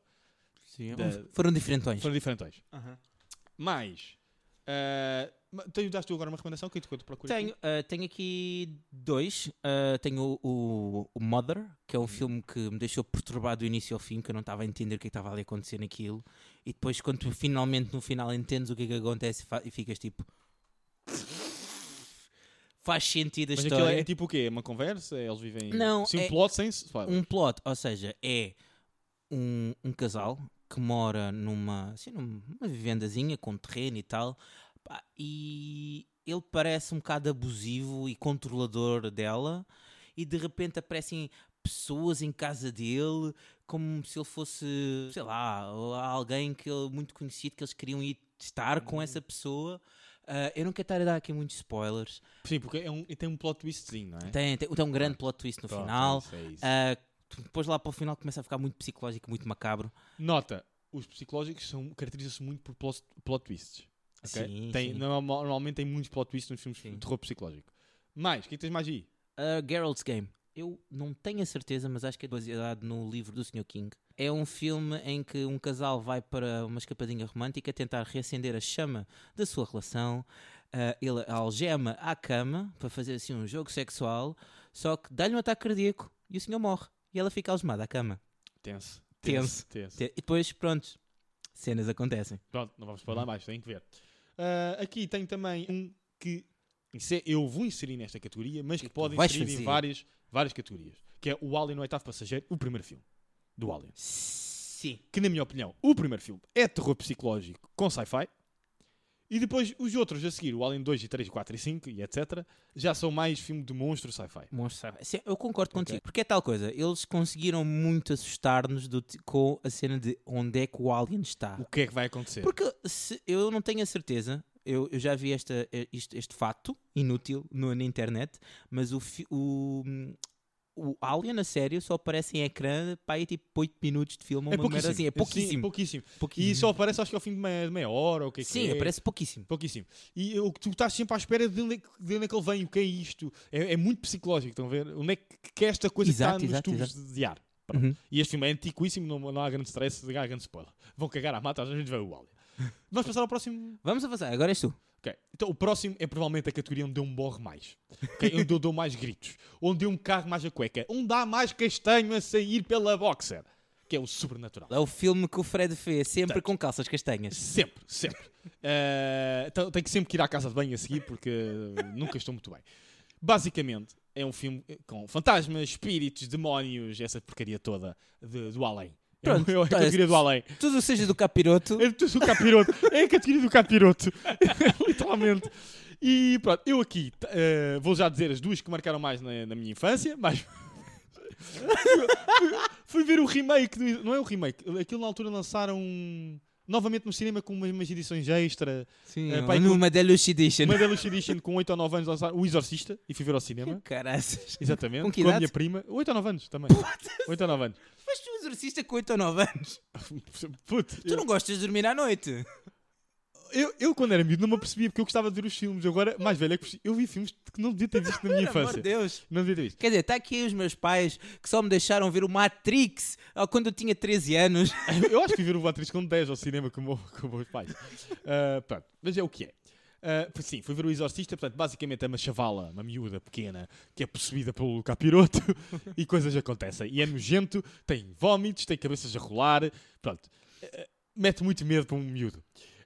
S2: Sim,
S1: Da-
S2: Foram diferentões.
S1: Foram diferentes. Mais. ah, ma- tenho, daste tu agora uma recomendação que eu te conto procura.
S2: Tenho, ah, tenho aqui dois. Ah, tenho o, o Mother, que é
S1: Uhum.
S2: um filme que me deixou perturbado do início ao fim, que eu não estava a entender o que é que estava ali a acontecer naquilo. E depois, quando tu finalmente no final entendes o que é que acontece fa- e ficas tipo. Faz sentido a
S1: Mas aquilo
S2: história.
S1: é, é tipo o quê? É Uma conversa? Eles vivem.
S2: Não,
S1: Sim, um
S2: é-
S1: plot sem. spoiler.
S2: um plot, ou seja, é um, um casal que mora numa, assim, num- numa vivendazinha com terreno e tal, pá, e ele parece um bocado abusivo e controlador dela, e de repente aparecem pessoas em casa dele, como se ele fosse, sei lá, alguém que ele, muito conhecido que eles queriam ir estar com essa pessoa. Ah, eu não quero estar a dar aqui muitos spoilers.
S1: Sim, porque é um, tem um plot twistzinho, não é?
S2: Tem, tem, tem um grande plot twist no
S1: Pronto,
S2: final.
S1: é isso, é isso.
S2: Ah, tu- depois lá para o final começa a ficar muito psicológico, muito macabro.
S1: Nota: os psicológicos são- caracterizam-se muito por plot, plot twists. ok?
S2: Sim,
S1: tem,
S2: sim.
S1: normal- Normalmente tem muitos plot twists nos filmes
S2: Sim.
S1: de terror psicológico. Mais, o que é que tens mais aí?
S2: Ah, Geralt's Game. Eu não tenho a certeza, mas acho que é baseado no livro do Sr. King. É um filme em que um casal vai para uma escapadinha romântica tentar reacender a chama da sua relação. Ah, ele algema à cama para fazer assim um jogo sexual, só que dá-lhe um ataque cardíaco e o senhor morre. E ela fica algemada à cama.
S1: Tenso.
S2: Tenso.
S1: Tenso.
S2: E depois, pronto, cenas acontecem.
S1: Pronto, não vamos falar mais, tem que ver. Ah, aqui tem também um que isso é- eu vou inserir nesta categoria, mas que
S2: Que tu
S1: pode
S2: vais
S1: inserir em
S2: fazer.
S1: várias, várias categorias, que é o Alien o Oitavo Passageiro, o primeiro filme do Alien.
S2: Sim.
S1: Que, na minha opinião, o primeiro filme é terror psicológico com sci-fi, e depois os outros a seguir, o Alien 2 e 3, 4 e 5 e etc, já são mais filme de monstro sci-fi.
S2: Monstro Sci-Fi. Sim, eu concordo contigo. Porque é tal coisa, eles conseguiram muito assustar-nos do ti- com a cena de onde é que o alien está.
S1: O que é que vai acontecer?
S2: Porque se, eu não tenho a certeza, eu, eu já vi esta, eh, isto- este, fato inútil no- na internet, mas o, fi- o, o alien a sério só aparece em ecrã para aí tipo 8 minutos de filme, ou uma merda assim, é
S1: Sim,
S2: pouquíssimo.
S1: pouquíssimo.
S2: pouquíssimo.
S1: E só aparece acho que ao fim de meia, de meia hora, ou o que é que
S2: Sim,
S1: é.
S2: aparece pouquíssimo.
S1: Pouquíssimo. E o que tu estás sempre à espera de onde é que, de onde é que ele vem, o que é isto. É, é muito psicológico, estão a ver? Onde é que, que é esta coisa
S2: Exato,
S1: que está nos
S2: exato,
S1: tubos de ar? Pronto.
S2: Uhum.
S1: E este filme é antiquíssimo, não, não há grande stress, não há grande spoiler. Vão cagar à mata, às vezes vê o Alien. Vamos passar ao próximo.
S2: Vamos avançar, agora és tu.
S1: Ok. Então, o próximo é provavelmente a categoria onde eu me borro mais. Ok? onde eu dou mais gritos. Onde eu me cargo mais a cueca. Onde há mais castanho a sair pela boxer. Que é o sobrenatural.
S2: É o filme que o Fred fez, sempre com calças castanhas.
S1: Sempre, sempre. Eh, então tenho que sempre que ir à casa de banho a seguir porque nunca estou muito bem. Basicamente, é um filme com fantasmas, espíritos, demónios, essa porcaria toda de- do além. É
S2: Pronto,
S1: é a
S2: tá,
S1: categoria
S2: é-
S1: do além.
S2: Tudo seja do capiroto.
S1: É do capiroto. É a categoria do capiroto. Literalmente. E pronto, eu aqui t- eh, vou já dizer as duas que marcaram mais na, na minha infância, mas. Fui- fui- Fui ver o remake, do- não é o remake, aquilo na altura lançaram novamente no cinema com umas, umas edições extra,
S2: Sim,
S1: É,
S2: é,
S1: pá, e
S2: numa Deluxe Edition.
S1: uma Deluxe Edition com 8 ou 9 anos lançaram O Exorcista e fui ver ao cinema,
S2: Caraças.
S1: exatamente,
S2: Com que
S1: a
S2: idade?
S1: minha prima, 8 ou 9 anos também, 8 ou 9 anos,
S2: Mas tu exorcista com 8 ou 9 anos.
S1: puto,
S2: Tu não gostas de dormir à noite.
S1: eu, eu, quando era miúdo, não me apercebia porque eu gostava de ver os filmes. Agora, mais velho, é que perce- eu vi filmes que não devia ter visto na minha
S2: Pelo amor
S1: infância.
S2: de Deus.
S1: Não devia ter visto.
S2: Quer dizer, está aqui os meus pais que só me deixaram ver o Matrix ah, quando eu tinha 13 anos.
S1: Eu acho que fui ver o Atriz com 10 ao cinema com, o meu- com os meus pais. Ah, pronto, mas é o que é. Ah, foi- sim, fui ver o Exorcista, portanto, basicamente é uma chavala, uma miúda pequena, que é possuída pelo capiroto e coisas acontecem. E é nojento, tem vómitos, tem cabeças a rolar, pronto. Ah, mete muito medo para um miúdo.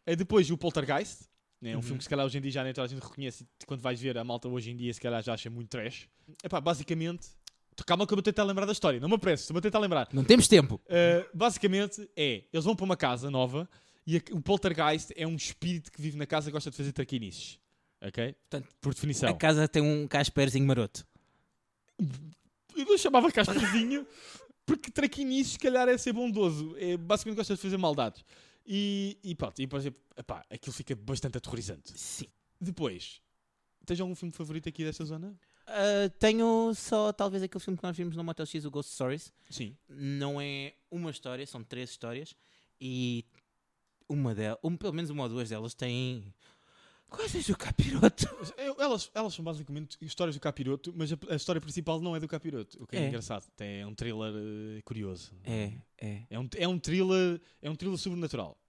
S1: Ah, depois o Poltergeist, né, é um filme que se calhar hoje em dia já nem toda a gente reconhece, e quando vais ver a malta hoje em dia se calhar já acha muito trash. Epá, basicamente, calma que eu vou tentar lembrar da história, não me apresse, estou a tentar lembrar.
S2: Não temos tempo.
S1: Uh, basicamente é, eles vão para uma casa nova e a- o poltergeist é um espírito que vive na casa e gosta de fazer traquinices. Ok?
S2: Portanto,
S1: por definição.
S2: A casa tem um Casperzinho maroto.
S1: Eu não chamava Casperzinho porque traquinices, se calhar, é ser bondoso. É, basicamente gosta de fazer maldades. E, e pronto, e, por exemplo, epá, aquilo fica bastante aterrorizante.
S2: Sim.
S1: Depois, tens algum filme favorito aqui desta zona?
S2: Ah, tenho só talvez aquele filme que nós vimos no Motel X, o Ghost Stories.
S1: Sim.
S2: Não é uma história, são três histórias e uma delas, um, pelo menos uma ou duas delas tem coisas do capiroto.
S1: Elas, elas são basicamente histórias do capiroto, mas a, a história principal não é do capiroto, o que é,
S2: É.
S1: engraçado. É um thriller eh, curioso.
S2: É, é.
S1: É um, é um thriller, é um thriller sobrenatural.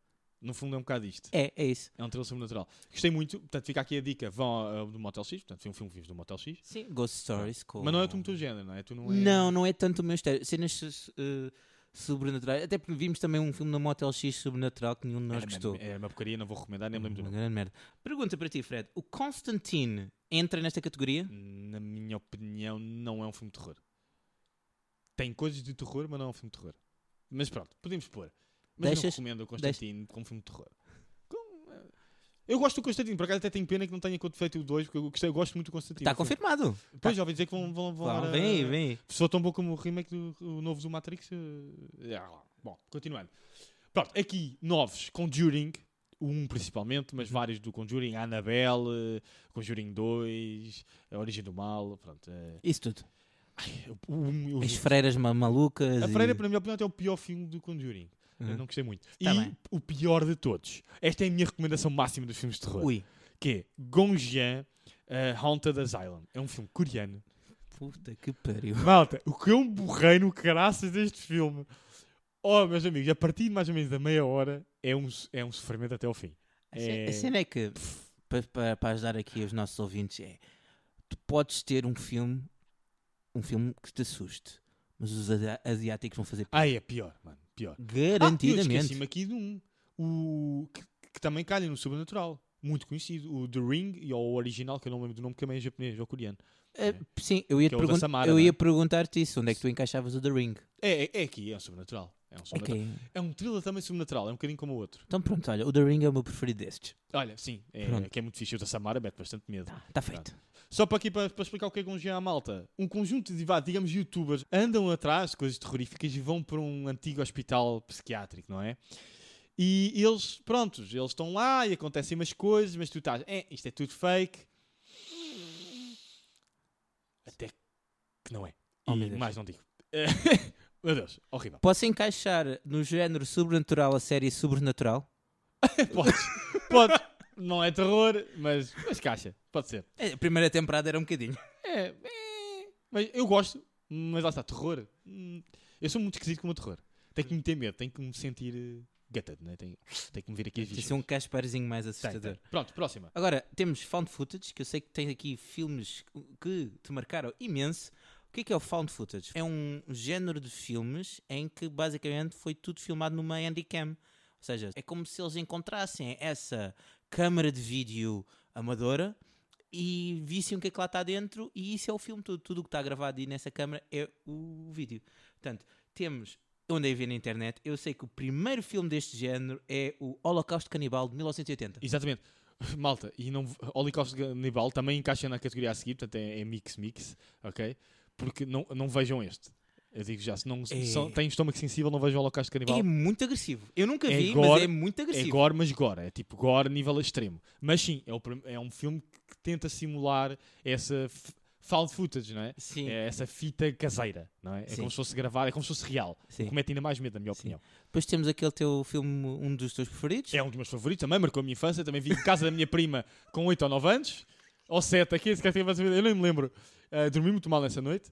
S1: No fundo é um bocado isto.
S2: É, é isso.
S1: É um thriller sobrenatural. Gostei muito, portanto fica aqui a dica. Vão ao- ao do Motel X, portanto foi um filme que vimos do Motel X.
S2: Sim, Ghost Stories. Com...
S1: Mas não é tu muito género, não é? Tu não é...
S2: Não, não é tanto o meu estéreo. Cenas eh, sobrenaturais. Até porque vimos também um filme no Motel X sobrenatural que nenhum de nós
S1: Era
S2: gostou.
S1: mesmo- É uma porcaria, não vou recomendar, nem me lembro do
S2: Uma
S1: nome.
S2: grande merda. Pergunta para ti, Fred. O Constantine entra nesta categoria?
S1: Na minha opinião, não é um filme de terror. Tem coisas de terror, mas não é um filme de terror. Mas pronto, podemos pôr. Mas eu não
S2: Deixas-
S1: recomendo o Constantino como filme de terror. Com- eh, Eu gosto do Constantino, por acaso até tenho pena que não tenha feito o 2, porque eu, gostei- eu gosto muito do Constantino.
S2: Está
S1: Foi-
S2: confirmado.
S1: Depois já ouvi dizer que vão, vão, vão
S2: Vá,
S1: dar a-
S2: vem aí, vem aí.
S1: Sou tão bom como o remake do o novo do Matrix. eh, ah, lá. Bom, continuando. Pronto, aqui novos: Conjuring, o um principalmente,
S2: Uhum.
S1: mas vários do Conjuring. Annabelle, eh, Conjuring 2, A Origem do Mal. Pronto, eh,
S2: Isso tudo.
S1: o, um, eu-
S2: As freiras ma- malucas.
S1: a Freira,
S2: e...
S1: na minha opinião, até é o pior filme do Conjuring. Eu
S2: Uhum.
S1: não gostei muito.
S2: Tá
S1: e
S2: bem.
S1: o pior de todos. Esta é a minha recomendação máxima dos filmes de terror.
S2: Ui.
S1: Que é Gongjian eh, Haunted Asylum. É um filme coreano.
S2: Puta que pariu.
S1: Malta, o que eu me borrei no caraças deste filme. Oh, meus amigos, a partir de mais ou menos da meia hora é um, é um sofrimento até ao fim.
S2: A ce-
S1: É.
S2: A cena é que, para, para, ajudar aqui os nossos ouvintes, é tu podes ter um filme, um filme que te assuste, mas os asi- asiáticos vão fazer
S1: Ai, é pior, mano, pior. Ah, eu
S2: garantidamente.
S1: esqueci-me aqui de um. O, que, que também calha no Sobrenatural. Muito conhecido. O The Ring, e ou o original, que eu não lembro do nome, que também é japonês ou coreano.
S2: Ah, sim, eu ia,
S1: Que
S2: te
S1: é o da
S2: pergun-
S1: Samara,
S2: eu
S1: não é?
S2: ia perguntar-te isso, onde é que tu encaixavas o The Ring?
S1: É, é, é aqui, é um Sobrenatural. É um, sobrenatural.
S2: Ok.
S1: é um thriller também sobrenatural, é um bocadinho como o outro.
S2: Então pronto, olha, o The Ring é o meu preferido destes.
S1: Olha, sim, é,
S2: Pronto.
S1: que é muito fixe. O da Samara mete bastante medo.
S2: Tá, tá feito.
S1: Só para aqui para, para explicar o que é Gongjian à malta. Um conjunto de, vá, digamos, youtubers andam atrás de coisas terroríficas e vão para um antigo hospital psiquiátrico, não é? E eles, prontos, eles estão lá e acontecem umas coisas, mas tu estás, é, isto é tudo fake. Até que não é.
S2: Oh, meu
S1: e
S2: Deus.
S1: mais não digo. meu Deus, horrível.
S2: Posso encaixar no género sobrenatural a série Sobrenatural?
S1: Podes, podes. Não é terror, mas, mas caixa, pode ser.
S2: A primeira temporada era um bocadinho.
S1: É, é. Mas eu gosto, mas lá está, terror. Hum, Eu sou muito esquisito com o terror. Tenho que me ter medo, tenho que me sentir eh, gutted, né? tenho, tenho que me ver aqui as
S2: Tem que ser
S1: vídeos.
S2: um Casparzinho mais assustador.
S1: Pronto, próxima.
S2: Agora, temos found footage, que eu sei que tens aqui filmes que te marcaram imenso. O que é que é o found footage? É um género de filmes em que basicamente foi tudo filmado numa handycam. Ou seja, é como se eles encontrassem essa câmara de vídeo amadora e vissem o que é que lá está dentro e isso é o filme todo. Tudo o que está gravado aí nessa câmara é o vídeo. Portanto, temos... Eu andei a ver na internet, eu sei que o primeiro filme deste género é o Holocausto Canibal de 1980.
S1: Exatamente. Malta, e não, Holocausto de Canibal também encaixa na categoria a seguir, portanto é, é mix, mix, ok? Porque não, não vejam este. Eu digo já, se não se
S2: É.
S1: só têm estômago sensível, não vejam Holocausto de Canibal.
S2: É muito agressivo. Eu nunca
S1: É
S2: vi,
S1: gore,
S2: mas é muito
S1: É
S2: agressivo.
S1: gore, mas gore. É tipo gore nível extremo. Mas sim, é, o prim- é um filme que tenta simular essa f- found footage, não é?
S2: Sim.
S1: É essa fita caseira, não é? É
S2: Sim.
S1: como se fosse gravado, é como se fosse real.
S2: Sim.
S1: Comete ainda mais medo, na minha
S2: Sim.
S1: opinião.
S2: Depois temos aquele teu filme, um dos teus preferidos.
S1: É um dos meus favoritos, também marcou a minha infância. Também vi em casa da minha prima com 8 ou 9 anos, ou 7, aqui, se calhar tinha mais ou menos- eu nem me lembro. Ah, dormi muito mal nessa noite.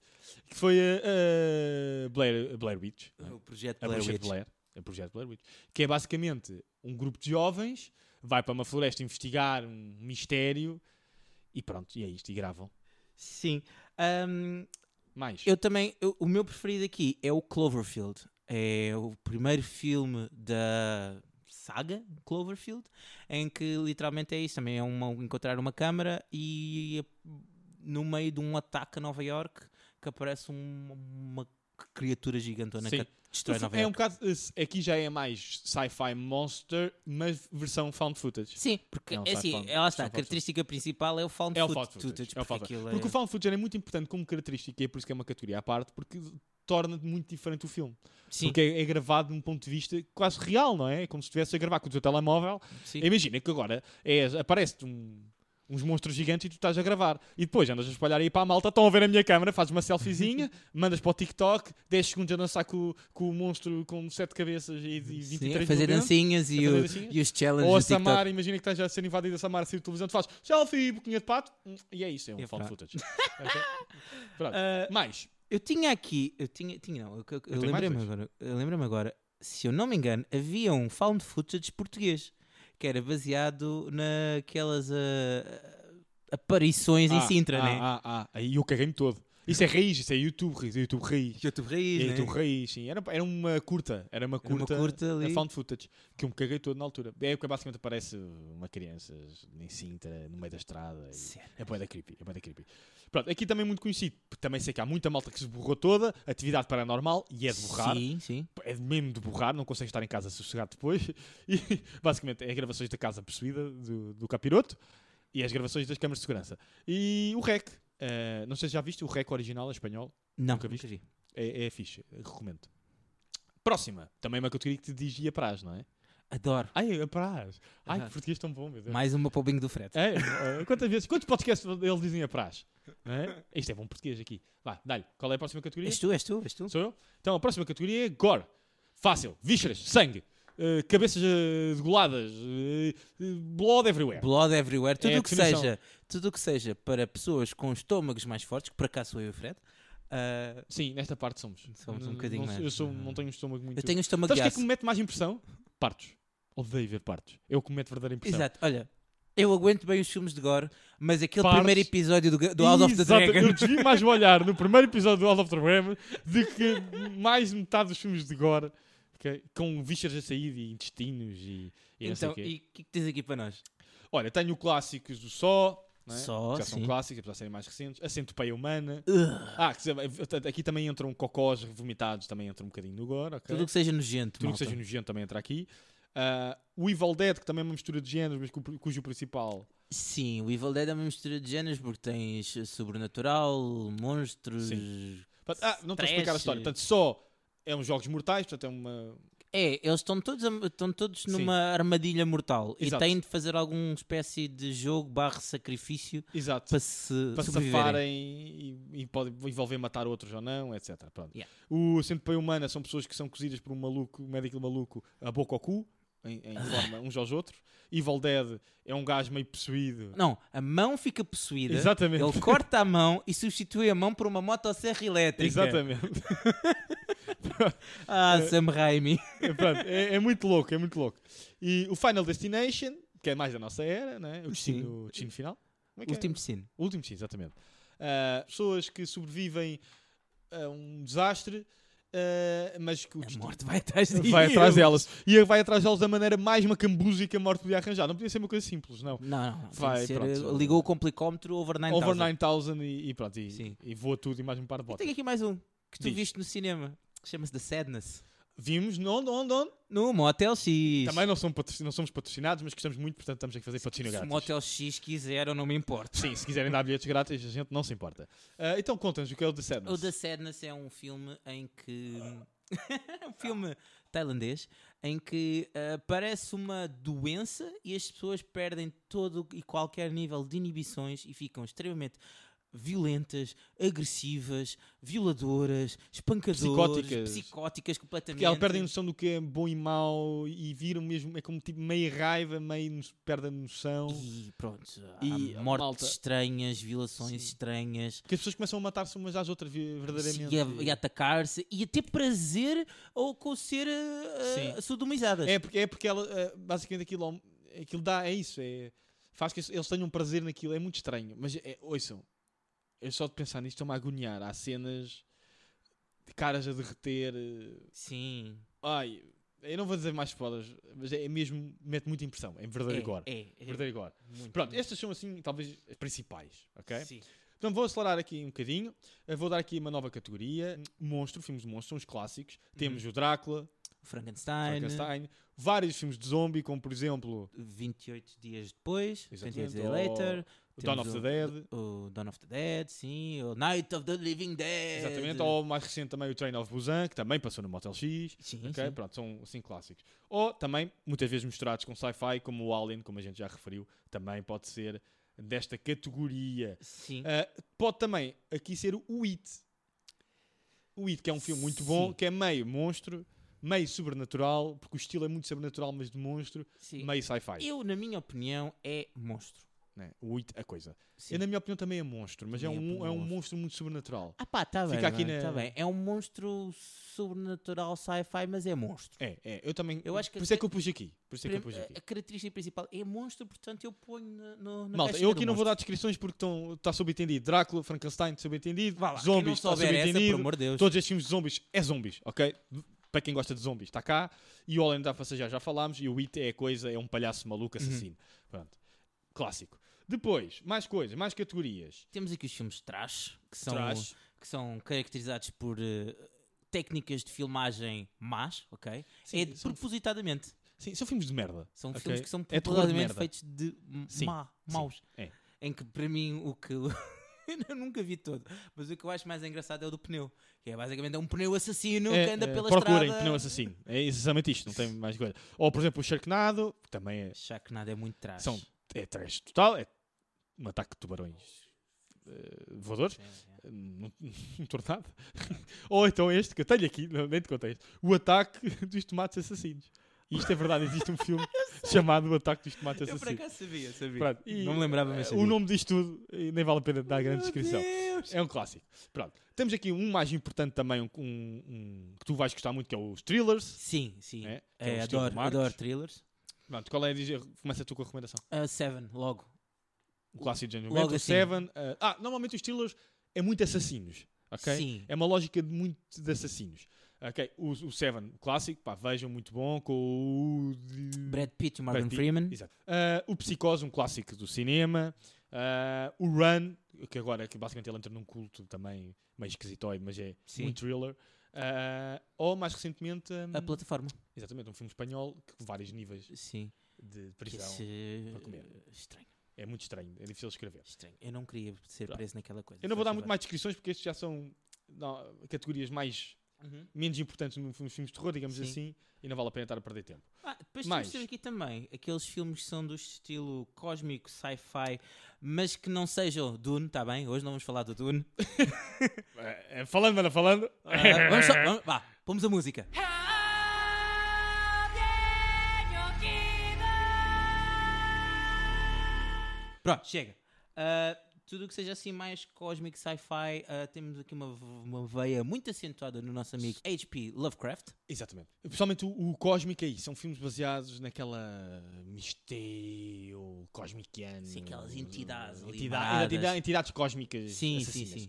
S1: Que foi a Blair, Blair Witch. não é?
S2: O projeto
S1: A
S2: Blair
S1: Bruxa de
S2: Witch.
S1: Blair. A Projeto Blair Witch. Que é basicamente um grupo de jovens vai para uma floresta investigar um mistério e pronto, e é isto. E gravam.
S2: Sim. Ahm,
S1: Mais.
S2: eu também, eu- o meu preferido aqui é o Cloverfield. É o primeiro filme da saga Cloverfield, em que literalmente é isso. Também é uma, encontrar uma câmara e no meio de um ataque a Nova York que aparece um- uma criatura gigantona
S1: Sim.
S2: que destrói
S1: No fundo,
S2: Então Nova
S1: é um
S2: York.
S1: bocado. esse- Aqui já é mais sci-fi monster, mas versão found footage.
S2: Sim, porque
S1: Não,
S2: é
S1: só
S2: assim,
S1: found-
S2: é lá está,
S1: só
S2: a
S1: found
S2: característica principal é o found
S1: É o
S2: foot-
S1: found footage,
S2: footage,
S1: é o found
S2: porque aquilo
S1: Porque
S2: é-
S1: o found footage é muito importante como característica e é por isso que é uma categoria à parte, porque torna muito diferente o filme.
S2: Sim,
S1: Porque é, é gravado de um ponto de vista quase real, não é? É como se estivesse a gravar com o teu telemóvel.
S2: sim.
S1: Imagina que agora é, aparece-te um- uns monstros gigantes e tu estás a gravar. E depois andas a espalhar aí para a malta, estão a ver a minha câmera, fazes uma selfiezinha, mandas para o TikTok, 10 segundos a dançar com, com o monstro com 7 cabeças e, e
S2: Sim,
S1: 23
S2: a fazer
S1: mil dentes.
S2: dancinhas e,
S1: a fazer
S2: o-
S1: dancinhas.
S2: e os challenges
S1: Ou a
S2: do TikTok.
S1: Samara, imagina que estás a ser invadida a Samara saiu de televisão, tu fazes selfie, boquinha de pato, hum, e é isso, é um
S2: É
S1: found
S2: pá.
S1: footage. Ok? Pronto.
S2: Ah,
S1: Mais,
S2: eu tinha aqui, eu tinha, tinha não, eu, eu- eu
S1: tenho
S2: lembrei-me
S1: mais
S2: agora, eu lembrei-me agora, se eu não me engano, havia um found footage português que era baseado naquelas ah, aparições em
S1: Ah,
S2: Sintra,
S1: ah,
S2: né?
S1: Ah, ah, aí eu caguei-me todo. Isso é raiz, isso é YouTube raiz, é YouTube raiz.
S2: YouTube
S1: É
S2: Raiz, né?
S1: YouTube raiz, sim. Era, era uma curta, era uma
S2: Era uma
S1: curta,
S2: curta
S1: a
S2: ali.
S1: found footage, que eu me caguei todo na altura. É porque basicamente aparece uma criança em Sintra, no meio da estrada. e-
S2: Cena.
S1: É bué da creepy, é bué da creepy. Pronto, aqui também é muito conhecido, porque também sei que há muita malta que se borrou toda, atividade paranormal, e é de borrar.
S2: Sim, sim.
S1: é mesmo de borrar, não consegue estar em casa sossegado depois. E basicamente é gravações da casa possuída do, do capiroto e as gravações das câmaras de segurança. E o REC, eh, não sei se já viste, o REC original é espanhol,
S2: Não,
S1: Nunca
S2: nunca
S1: viste?
S2: vi.
S1: é, é fixe, recomendo. Próxima, também uma categoria que te diz e apraz, não é?
S2: Adoro.
S1: Ai, apraz! Ai, que
S2: Aham.
S1: português tão bom, meu Deus.
S2: Mais uma para o bingo do Fred.
S1: É, eh, quantas vezes, quantos podcasts eles dizem apraz? Não é? Isto é bom português aqui. Vá, dá-lhe. Qual é a próxima categoria?
S2: És tu, és tu, és tu.
S1: Sou eu? Então a próxima categoria é gore. Fácil. Vísceras, sangue, eh, cabeças eh, degoladas, eh, eh, blood everywhere.
S2: Blood everywhere, tudo
S1: É a
S2: o que
S1: definição.
S2: seja, tudo o que seja para pessoas com estômagos mais fortes, que para cá sou eu e o Fred. ah,
S1: Sim, nesta parte somos.
S2: Somos um
S1: N-
S2: bocadinho
S1: não, sou- Eu
S2: mais.
S1: sou, não tenho um estômago muito...
S2: eu tenho o estômago
S1: Sabes o
S2: de
S1: que é que
S2: aço.
S1: me mete mais impressão? Partos. Odeio ver partos. Eu que me mete verdadeira impressão.
S2: Exato, olha, eu aguento bem os filmes de gore, mas aquele
S1: Partes.
S2: primeiro episódio do, do House of the
S1: Exato,
S2: Dragon,
S1: Eu desvi mais o olhar no primeiro episódio do House of the Dragon de que mais metade dos filmes de gore ok, com vísceras a sair e intestinos e, e não sei
S2: então,
S1: o quê.
S2: e o que, é que tens aqui para nós?
S1: Olha, tenho clássicos do Só. não é?
S2: Só,
S1: já são
S2: Oh, sim.
S1: clássicos, apesar de serem mais recentes. A Centopeia Humana. Ah, que se- portanto, aqui também entram cocós vomitados, também entra um bocadinho no gore. ok?
S2: Tudo o que seja nojento,
S1: Tudo
S2: malta.
S1: que seja nojento também entra aqui. Ah, o Evil Dead, que também é uma mistura de géneros, mas cu- cujo principal.
S2: Sim, o Evil Dead é uma mistura de géneros, porque tens sobrenatural, monstros...
S1: Portanto, Ah, não estou a explicar a
S2: Trash.
S1: história. Portanto, Só é uns jogos mortais, portanto, é uma.
S2: É, eles estão todos, am- estão todos
S1: Sim.
S2: numa armadilha mortal
S1: Exato.
S2: e têm de fazer alguma espécie de jogo barra sacrifício
S1: Exato.
S2: para se
S1: para
S2: sobreviverem.
S1: safarem e, e pode envolver matar outros ou não, etc. Pronto.
S2: Yeah.
S1: O centopeia humana são pessoas que são cozidas por um maluco, um médico maluco, a boca ao cu, em,
S2: Ah.
S1: em forma uns aos outros. Evil Dead é um gajo meio possuído.
S2: Não, a mão fica possuída.
S1: Exatamente.
S2: Ele corta a mão e substitui a mão por uma motosserra elétrica.
S1: Exatamente. É.
S2: Ah, Sam Raimi.
S1: Pronto, é, é muito louco, é muito louco. E o Final Destination, que é mais da nossa era, não é? o, destino, o destino final. Como é que é?
S2: Último destino.
S1: Último sim, exatamente. Ah, pessoas que sobrevivem a um desastre, ah, mas que o
S2: A
S1: destino-
S2: É morte vai atrás de
S1: vai atrás delas. E vai atrás delas da maneira mais macambúzia que a morte podia arranjar. Não podia ser uma coisa simples, não.
S2: Não, não, não. tem
S1: Vai,
S2: que ser,
S1: pronto.
S2: eh, ligou o complicómetro over 9000.
S1: Over 9000 e, e pronto. E,
S2: Sim.
S1: e voa tudo e mais um par de
S2: Eu
S1: botas.
S2: tenho aqui mais um que tu
S1: Diz.
S2: viste no cinema. que Chama-se The Sadness.
S1: Vimos, não, não, não.
S2: No Motel X.
S1: Também não, são patro- não somos patrocinados, mas gostamos muito, portanto estamos aqui a fazer patrocínio
S2: Se o
S1: grátis.
S2: Motel X quiser, eu não me importo.
S1: Sim, se quiserem dar bilhetes grátis, a gente não se importa. Ah, então conta-nos o que é o The Sadness.
S2: O The Sadness é um filme em que. um filme tailandês em que eh, aparece uma doença e as pessoas perdem todo e qualquer nível de inibições e ficam extremamente violentas, agressivas, violadoras, espancadoras,
S1: Psicóticas.
S2: psicóticas, completamente.
S1: Porque ela perde a noção do que é bom e mau e viram mesmo, é como tipo meio raiva, meio nos- perde a noção.
S2: E pronto,
S1: E,
S2: há mortes
S1: malta-
S2: estranhas, violações
S1: Sim.
S2: estranhas.
S1: Porque as pessoas começam a matar-se umas às outras vi-
S2: Sim,
S1: verdadeiramente.
S2: e, a, e é a atacar-se e a ter prazer ou com ser eh,
S1: Sim.
S2: sodomizadas.
S1: É porque, é porque ela, eh, basicamente, aquilo, ao- aquilo dá, é isso. É, faz que eles tenham prazer naquilo. É muito estranho. Mas, é, ouçam, eu só de pensar nisto estou-me a agoniar. Há cenas de caras a derreter. eh,
S2: Sim.
S1: Ai, eu não vou dizer mais spoilers, mas é, é mesmo, mete muita impressão. É verdadeiro
S2: é,
S1: agora.
S2: É, é,
S1: Verdadeiro agora.
S2: muito,
S1: Pronto,
S2: muito.
S1: estas são assim, talvez, as principais, ok?
S2: Sim.
S1: Então vou acelerar aqui um bocadinho. Eh, Vou dar aqui uma nova categoria. Monstro, filmes de monstro, são os clássicos.
S2: Uhum.
S1: Temos o Drácula,
S2: Frankenstein,
S1: Frankenstein, vários filmes de zombie, como por exemplo
S2: 28 dias depois, 28
S1: Exatamente,
S2: Days
S1: ou-
S2: Later,
S1: o Dawn of
S2: Temos um
S1: the
S2: o-
S1: Dead,
S2: o Dawn of the Dead, sim, o Night of the Living Dead.
S1: exatamente, oh. ou mais recente também o Train of Busan, que também passou no Motel X.
S2: Sim,
S1: ok?
S2: sim.
S1: Pronto, são assim clássicos. Ou também, muitas vezes misturados com sci-fi, como o Alien, como a gente já referiu, também pode ser desta categoria.
S2: Sim.
S1: Ah, pode também aqui ser o It. O It, que é um filme muito bom,
S2: Sim.
S1: que é meio monstro, meio sobrenatural, porque o estilo é muito sobrenatural, mas de monstro,
S2: sim.
S1: É, meio sci-fi.
S2: Eu, na minha opinião, é monstro.
S1: né? O It, a coisa.
S2: Sim.
S1: Eu, na minha opinião, também é monstro, mas é
S2: Também é
S1: um,
S2: um
S1: é um
S2: monstro.
S1: monstro muito sobrenatural.
S2: Ah pá, tá
S1: Fica
S2: bem,
S1: aqui
S2: mano,
S1: na-
S2: tá bem. É um monstro sobrenatural sci-fi, mas é monstro.
S1: É, é, eu também.
S2: Eu acho que
S1: por isso é
S2: até-
S1: que eu pus aqui. Por isso é que eu
S2: Prim-
S1: pus aqui.
S2: A característica principal é monstro, portanto eu ponho no, no, na
S1: Malta,
S2: caixinha
S1: eu
S2: do
S1: aqui não vou dar
S2: monstro.
S1: descrições porque está subentendido. Drácula, Frankenstein, subentendido.
S2: Vá lá, quem não
S1: zombies, está
S2: souber essa, por
S1: subentendido.
S2: amor de Deus.
S1: Todos estes filmes de zombies é zombies, ok? Para quem gosta de zombies, está cá. E o Alien da Face já, já falámos. E o It é a coisa, é um palhaço maluco
S2: Uhum.
S1: assassino. Pronto. Clássico. Depois, mais coisas, mais categorias.
S2: Temos aqui os filmes de trash, que são,
S1: Trash.
S2: que são caracterizados por eh, técnicas de filmagem más, ok? é de-
S1: são,
S2: propositadamente.
S1: sim, são filmes de merda.
S2: São
S1: Ok.
S2: filmes que são
S1: É terror de
S2: propositadamente
S1: merda.
S2: feitos de m-
S1: Sim,
S2: má,
S1: sim,
S2: maus.
S1: é.
S2: Em que, para mim, o que... eu nunca vi todo, mas o que eu acho mais engraçado é o do pneu. Que é basicamente é um pneu assassino
S1: É,
S2: que anda
S1: é,
S2: pela
S1: procurem
S2: estrada.
S1: pneu assassino. É exatamente isto, não tem mais coisa. Ou, por exemplo, o Sharknado, que também é
S2: Achar que nada é muito trash.
S1: São- é trash total, é um ataque de tubarões eh, voadores,
S2: Sim, sim.
S1: eh, num num tornado. Ou então este, que eu tenho aqui, não- nem te contei isto, o ataque dos tomates assassinos. E isto é verdade, existe um filme chamado O Ataque dos Tomates
S2: Eu por
S1: Assassinos.
S2: acaso sabia, sabia.
S1: Pronto, e,
S2: não me lembrava,
S1: eh,
S2: mas sabia.
S1: o nome disto tudo eh, nem vale a pena dar grande
S2: Meu
S1: descrição.
S2: Deus!
S1: É um clássico. Pronto. Temos aqui um mais importante também, um, um- um que tu vais gostar muito, que é os thrillers.
S2: Sim, sim.
S1: É, que é
S2: É,
S1: o estilo
S2: adoro,
S1: Marcos.
S2: adoro thrillers.
S1: Pronto, qual é? diz- Começa tu com a recomendação.
S2: Ah, Seven, logo.
S1: O clássico de Django
S2: Logo
S1: Logo
S2: assim.
S1: Seven. eh, ah, normalmente os Steelers é muito assassinos. ok?
S2: Sim.
S1: É uma lógica de muito de assassinos. ok? O, o Seven, o clássico, pá, vejam, muito bom. Com o. de-
S2: Brad Pitt e Morgan
S1: Brad Pitt,
S2: Freeman.
S1: Exato. Ah, o Psicose, um clássico do cinema. Ah, o Run, que agora que basicamente ele entra num culto também meio esquisitóide, mas é
S2: Sim.
S1: um thriller. Ah, ou mais recentemente, hum,
S2: A plataforma.
S1: exatamente, um filme espanhol que com vários níveis
S2: Sim.
S1: de
S2: Que
S1: prisão.
S2: esse-
S1: para comer.
S2: Estranho,
S1: É muito estranho, é difícil de escrever.
S2: estranho. Eu não queria ser
S1: Pronto.
S2: preso naquela coisa.
S1: Eu não vou
S2: faz
S1: dar muito
S2: favor.
S1: mais descrições porque estes já são não, categorias mais
S2: Uhum.
S1: menos importantes no- nos filmes de terror, digamos
S2: Sim.
S1: assim, e não vale a pena estar a perder tempo.
S2: Ah, depois
S1: Mais.
S2: temos ter aqui também aqueles filmes que são do estilo cósmico, sci-fi, mas que não sejam Dune, está bem? Hoje não vamos falar do Dune.
S1: É, é, falando, mano, falando.
S2: Ah, vamos só, vamos, vá, pomos a música. Pronto, chega. Ah, tudo o que seja assim mais cósmico, sci-fi, ah, temos aqui uma, v- uma veia muito acentuada no nosso amigo H.P. Lovecraft.
S1: Exatamente. Principalmente o, o Cósmico aí, são filmes baseados naquela mistério cosmiciano.
S2: Sim, aquelas entidades ali
S1: Entidade,
S2: varadas.
S1: entidade- entidades cósmicas.
S2: Sim, sim,
S1: assassinas.
S2: sim.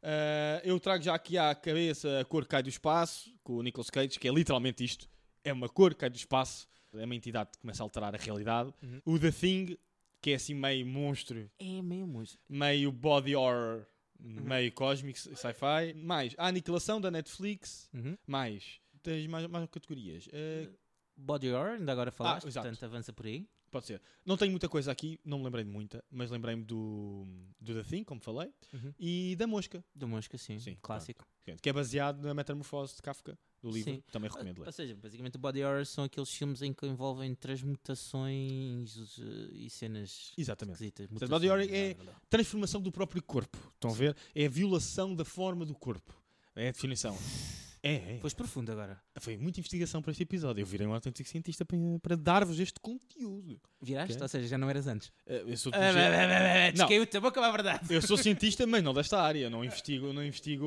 S1: Ah, eu trago já aqui à cabeça a cor que cai do espaço, com o Nicolas Cage, que é literalmente isto: é uma cor que cai do espaço, é uma entidade que começa a alterar a realidade.
S2: Uhum.
S1: O The Thing, que é assim meio monstro,
S2: É mesmo isso.
S1: meio body horror,
S2: Uhum.
S1: meio cósmico, sci-fi. Uhum.
S2: Uhum.
S1: Mais a aniquilação da Netflix, mais. Tens mais, mais categorias. Ah,
S2: body horror, ainda agora falaste,
S1: exato.
S2: portanto avança por aí.
S1: Pode ser. Não tenho muita coisa aqui, não me lembrei de muita, mas lembrei-me do, do The Thing, como falei,
S2: Uhum.
S1: e da Mosca,
S2: Do Mosca, sim,
S1: Sim,
S2: clássico.
S1: que é baseado na Metamorfose de Kafka, do livro.
S2: Sim.
S1: Também recomendo
S2: Ah, Ou
S1: ler.
S2: seja, basicamente o body horror são aqueles filmes em que envolvem transmutações eh, e cenas
S1: Exatamente.
S2: esquisitas.
S1: Portanto, body horror
S2: mutações,
S1: é-
S2: blá, blá, blá.
S1: Transformação do próprio corpo. Estão a ver? É a violação da forma do corpo. É a definição. É, é.
S2: Foste profundo agora.
S1: Foi muita investigação para este episódio. Eu virei um autêntico cientista para, para dar-vos este conteúdo.
S2: Viraste?
S1: Ok.
S2: Ou seja, já não eras antes.
S1: Eh, Eu sou,
S2: Ah, bah,
S1: DJ,
S2: bah, bah, bah,
S1: Não.
S2: Descaiu-te a boca, mas é verdade.
S1: eu sou cientista, mas não desta área. Não investigo, não investigo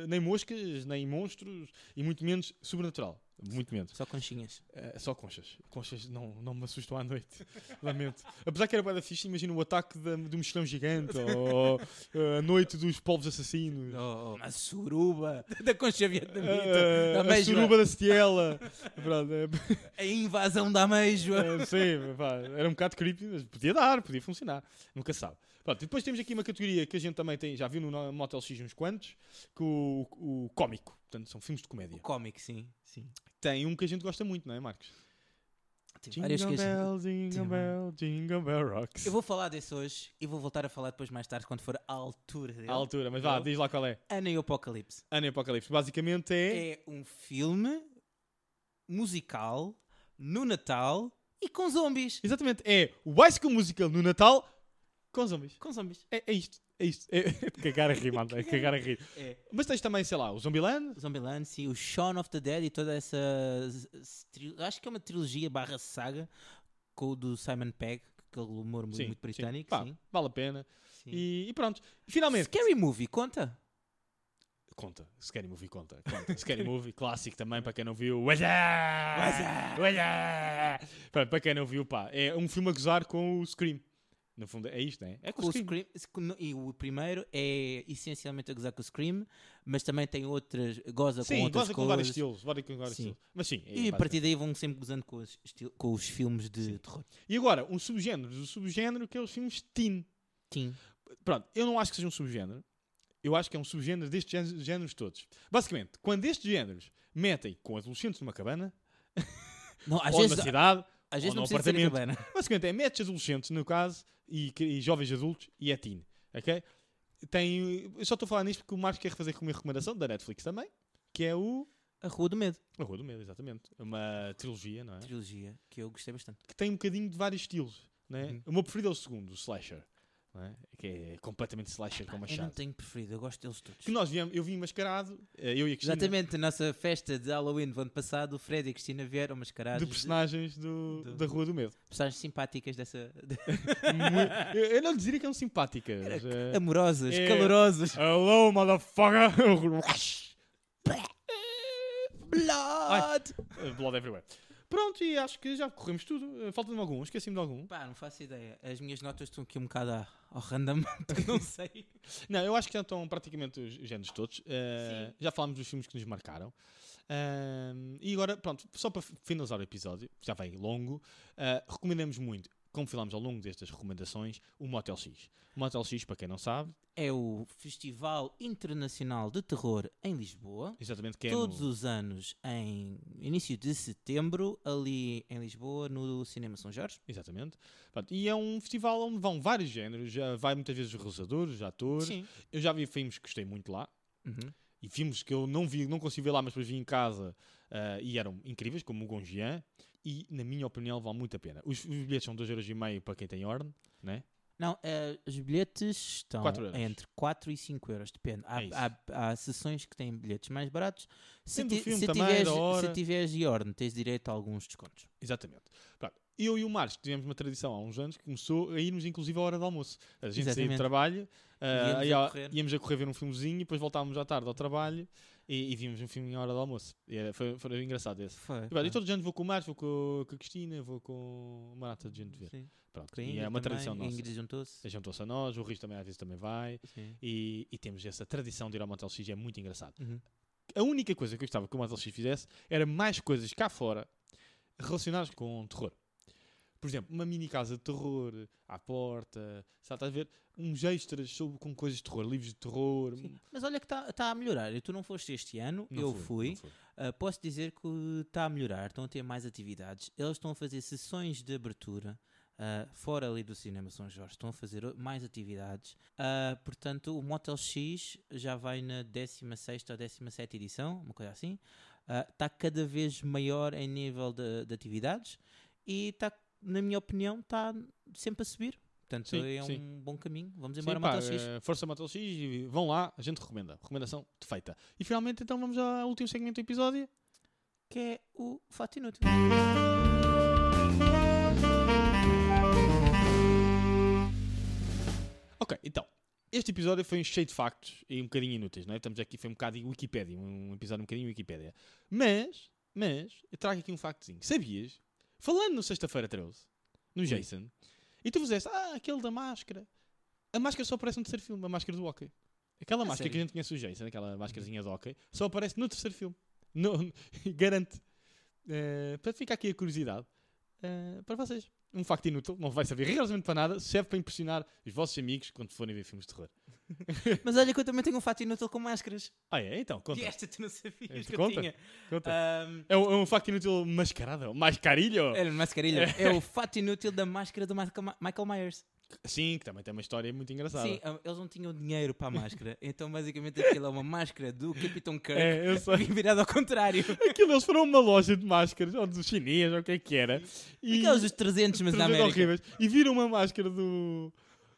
S1: eh, nem moscas, nem monstros e muito menos sobrenatural. Muito menos.
S2: Só conchinhas.
S1: Eh, só conchas. Conchas não, não me assustam à noite. Lamento. Apesar que era bué da ficha, imagina o ataque da, do mexilhão gigante ou eh, a noite dos povos assassinos.
S2: A Oh, suruba da concha vietnamita.
S1: Eh,
S2: da
S1: a
S2: mesma.
S1: suruba da Ciela. Pronto, eh,
S2: A invasão da ameijoa.
S1: Ah, sim, pá, era um bocado creepy, mas podia dar, podia funcionar. Nunca se sabe. Pronto, e depois temos aqui uma categoria que a gente também tem, já viu no no Motel X uns quantos, que o, o cómico. Portanto, são filmes de
S2: O
S1: comédia.
S2: cómico, sim. sim.
S1: Tem um que a gente gosta muito, não é, Marcos?
S2: Tem
S1: Jingle
S2: várias que a gente-
S1: Bell, Jingle
S2: Sim.
S1: Bell, Jingle Bell Rocks.
S2: Eu vou falar desse hoje e vou voltar a falar depois mais tarde quando for à altura dele.
S1: À altura, mas vá,
S2: Não.
S1: diz lá qual é.
S2: Ana e o Apocalipse.
S1: Ana e Apocalipse. Basicamente é...
S2: É um filme musical no Natal e com zombies.
S1: Exatamente, é o Bicycle Musical no Natal com zombies.
S2: Com zombies.
S1: É, é isto, é isto. É, é de cagar a rir, mano, é de cagar a rir.
S2: É.
S1: Mas tens também, sei lá, o Zombieland,
S2: Zombieland, sim, o Shaun of the Dead e toda essa. s- s- tri- Acho que é uma trilogia barra saga com o do Simon Pegg, aquele humor muito,
S1: Sim,
S2: muito
S1: sim.
S2: britânico.
S1: Pá,
S2: sim,
S1: vale a pena.
S2: sim.
S1: E, e pronto. Finalmente.
S2: Scary Movie, conta.
S1: Conta. Scary Movie conta. conta. Scary Movie, clássico também, para quem não viu. Uazá! Uazá! Pronto, para quem não viu, pá, é um filme a gozar com o Scream. No fundo, é isto, né? É com o
S2: O
S1: Scream.
S2: Scream- sc- no- e o primeiro é essencialmente a gozar com o Scream, mas também tem outras. goza
S1: Sim,
S2: com outras
S1: goza com vários
S2: coisas.
S1: estilos. Goza com vários
S2: Sim.
S1: estilos. Mas sim. é
S2: E a
S1: básico.
S2: partir daí vão sempre gozando com os, estil- com os filmes de terror.
S1: E agora, um subgénero. O subgénero que é os filmes teen.
S2: Sim.
S1: Pronto, eu não acho que seja um subgénero. Eu acho que é um subgénero destes gén- géneros todos. Basicamente, quando estes géneros metem com adolescentes numa cabana,
S2: Não, às
S1: ou
S2: vezes,
S1: na cidade,
S2: às vezes
S1: ou
S2: não
S1: no
S2: precisa ser em
S1: apartamento.
S2: cabana.
S1: Basicamente é metes adolescentes, no caso, e, que- e jovens adultos, e é teen, ok? Tem, eu só estou a falar nisto porque o Marcos quer fazer com uma recomendação da Netflix também, que é o...
S2: A Rua do Medo.
S1: A Rua do Medo, exatamente. É Uma trilogia, não é?
S2: Trilogia, que eu gostei bastante.
S1: Que tem um bocadinho de vários estilos, não é?
S2: Uhum.
S1: O meu preferido é o segundo, o Slasher, não é? Que é completamente Slasher com
S2: Pá,
S1: uma
S2: eu não
S1: chave.
S2: tenho preferido, eu gosto deles todos.
S1: Que nós viemos, eu vim mascarado, eh, eu e a Cristina,
S2: Exatamente, na nossa festa de Halloween do ano passado, o Fred e a Cristina vieram
S1: de
S2: mascarados de
S1: personagens do,
S2: do-
S1: da Rua do Medo.
S2: personagens simpáticas dessa. de-
S1: Mu- eu, eu não diria que eram simpáticas. eh,
S2: amorosas,
S1: É.
S2: calorosas.
S1: Hello, motherfucker!
S2: Blood!
S1: Uh, Blood everywhere. Pronto, e acho que já corremos tudo. Uh, Falta-me algum, esqueci-me de algum.
S2: Pá, não faço ideia. As minhas notas estão aqui um bocado à- ao random, porque não sei.
S1: Não, eu acho que já estão praticamente os géneros todos. Uh,
S2: Sim.
S1: já falámos dos filmes que nos marcaram. Um, e agora, pronto, só para fi- finalizar o episódio, já vai longo, uh, recomendamos muito, como falámos ao longo destas recomendações, o Motel X. O Motel X, para quem não sabe,
S2: É o Festival Internacional de Terror em Lisboa.
S1: exatamente que é
S2: Todos
S1: no...
S2: os anos, em início de setembro, ali em Lisboa, no Cinema São Jorge.
S1: Exatamente. Pronto, e é um festival onde vão vários géneros, já vai muitas vezes os realizadores, os atores.
S2: Sim.
S1: Eu já vi filmes que gostei muito lá,
S2: Uhum.
S1: e filmes que eu não vi, não consegui ver lá, mas depois vi em casa ah, e eram incríveis, como o Gonjian, e na minha opinião vale muito a pena. Os, os bilhetes são 2,5€ para quem tem ordem, né?
S2: Não, eh, os bilhetes estão
S1: Quatro euros.
S2: entre 4 e 5 euros, depende. Há,
S1: É isso.
S2: há- há sessões que têm bilhetes mais baratos. Se,
S1: Depende do
S2: ti,
S1: filme
S2: se,
S1: também,
S2: tiveres,
S1: da hora.
S2: se tiveres de ordem, tens direito a alguns descontos.
S1: Exatamente. Pronto. Eu e o Marcos tivemos uma tradição há uns anos que começou a irmos inclusive à hora do almoço. A gente saía do
S2: Exatamente.
S1: trabalho, ah,
S2: Íamos
S1: ia-
S2: a correr.
S1: íamos a correr ver um filmezinho e depois voltávamos à tarde ao trabalho e, e vimos um filme à hora do almoço. E era- foi, foi engraçado esse.
S2: Foi.
S1: E, pronto, e todos os anos vou com o Marcos, vou com, com a Cristina, vou com uma nata de gente ver.
S2: Sim.
S1: Pronto. E
S2: Coringa
S1: é uma
S2: também,
S1: tradição nossa.
S2: Ingrid juntou-se.
S1: Juntam-se a nós, o Riz também às vezes também vai.
S2: Sim.
S1: e, e temos essa tradição de ir ao Motel X, é muito engraçado.
S2: Uhum.
S1: A única coisa que eu gostava que o Motel X fizesse era mais coisas cá fora relacionadas com terror. Por exemplo, uma mini casa de terror à porta, sabe, estás a ver? Uns extras sobre, com coisas de terror, livros de terror.
S2: Mas olha que está tá a melhorar. E Tu não foste este ano,
S1: Não
S2: eu
S1: foi,
S2: fui.
S1: não foi.
S2: Ah, posso dizer que está a melhorar, estão a ter mais atividades. Eles estão a fazer sessões de abertura ah, fora ali do Cinema São Jorge, estão a fazer o- mais atividades. Ah, portanto, o Motel X já vai na 16 ou 17 edição, uma coisa assim. Ah, Está cada vez maior em nível de, de atividades e está, na minha opinião, está sempre a subir. Portanto,
S1: Sim,
S2: é
S1: sim.
S2: um bom caminho. Vamos
S1: Sim,
S2: embora,
S1: pá,
S2: Motel X.
S1: eh, Força Motel X, e vão lá, a gente recomenda. Recomendação feita. E finalmente, então, vamos ao último segmento do episódio.
S2: que é o fato inútil.
S1: Ok, então. Este episódio foi cheio de factos e um bocadinho inúteis, não é? Estamos aqui, foi um bocado de Wikipédia, um episódio um bocadinho Wikipédia. Mas, mas, eu trago aqui um factozinho. Sabias? Falando no Sexta-feira 13, no Jason, e tu fizeste, ah, aquele da máscara. A máscara só aparece no terceiro filme, a máscara do hockey. Aquela
S2: A
S1: máscara que
S2: sério?
S1: a gente conhece o Jason, aquela máscarazinha de hockey, só aparece no terceiro filme. No, garante. Eh, portanto, fica aqui a curiosidade eh, para vocês. Um facto inútil, não vai servir rigorosamente para nada, serve para impressionar os vossos amigos quando forem ver filmes de terror.
S2: Mas olha que eu também tenho um fato inútil com máscaras.
S1: Ah, é? Então, conta.
S2: E esta tu não sabias
S1: Este
S2: que
S1: conta.
S2: eu tinha.
S1: conta. Oh.
S2: Ahm,
S1: É, um, é um facto inútil mascarado, mascarilho.
S2: era mascarilha. É o fato inútil da máscara do Michael Ma- Michael Myers.
S1: Sim, que também tem uma história muito engraçada.
S2: Sim, ah, eles não tinham dinheiro para a máscara. então, basicamente, aquilo é uma máscara do Capitão Kirk
S1: É, eu sei.
S2: virada ao contrário.
S1: Aquilo, eles foram a uma loja de máscaras, ou dos chinês, ou o que é que era. E,
S2: Aqueles dos 300, mas na
S1: Trajes
S2: América.
S1: horríveis. E viram uma máscara do,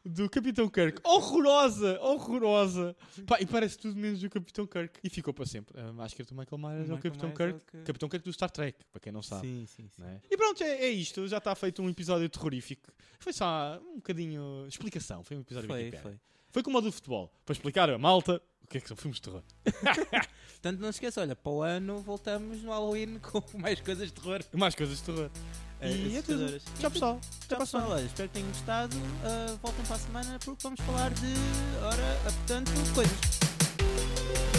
S1: do Capitão Kirk. Horrorosa, horrorosa. Pá, e parece tudo menos do Capitão Kirk. E ficou para sempre. A máscara do Michael Myers é o
S2: Michael
S1: Capitão
S2: Myers é o
S1: Kirk.
S2: que-
S1: Capitão Kirk do Star Trek, para quem não sabe.
S2: Sim, sim, sim.
S1: não é? E pronto, é, é isto. Já está feito um episódio terrorífico. Foi só um bocadinho explicação. Foi um episódio
S2: Foi,
S1: Wikipedia.
S2: foi.
S1: Foi como o do futebol. Para explicar a malta o que é que são filmes de terror.
S2: Portanto, não se esqueça, olha, para o ano voltamos no Halloween com mais coisas de terror.
S1: Mais coisas de terror.
S2: eh,
S1: E é tudo.
S2: assustadoras.
S1: Tchau, pessoal. Até
S2: Tchau
S1: para a semana.
S2: pessoal, olha, espero que tenham gostado. Ah, voltem para a semana porque vamos falar de, ora, ah, portanto, coisas.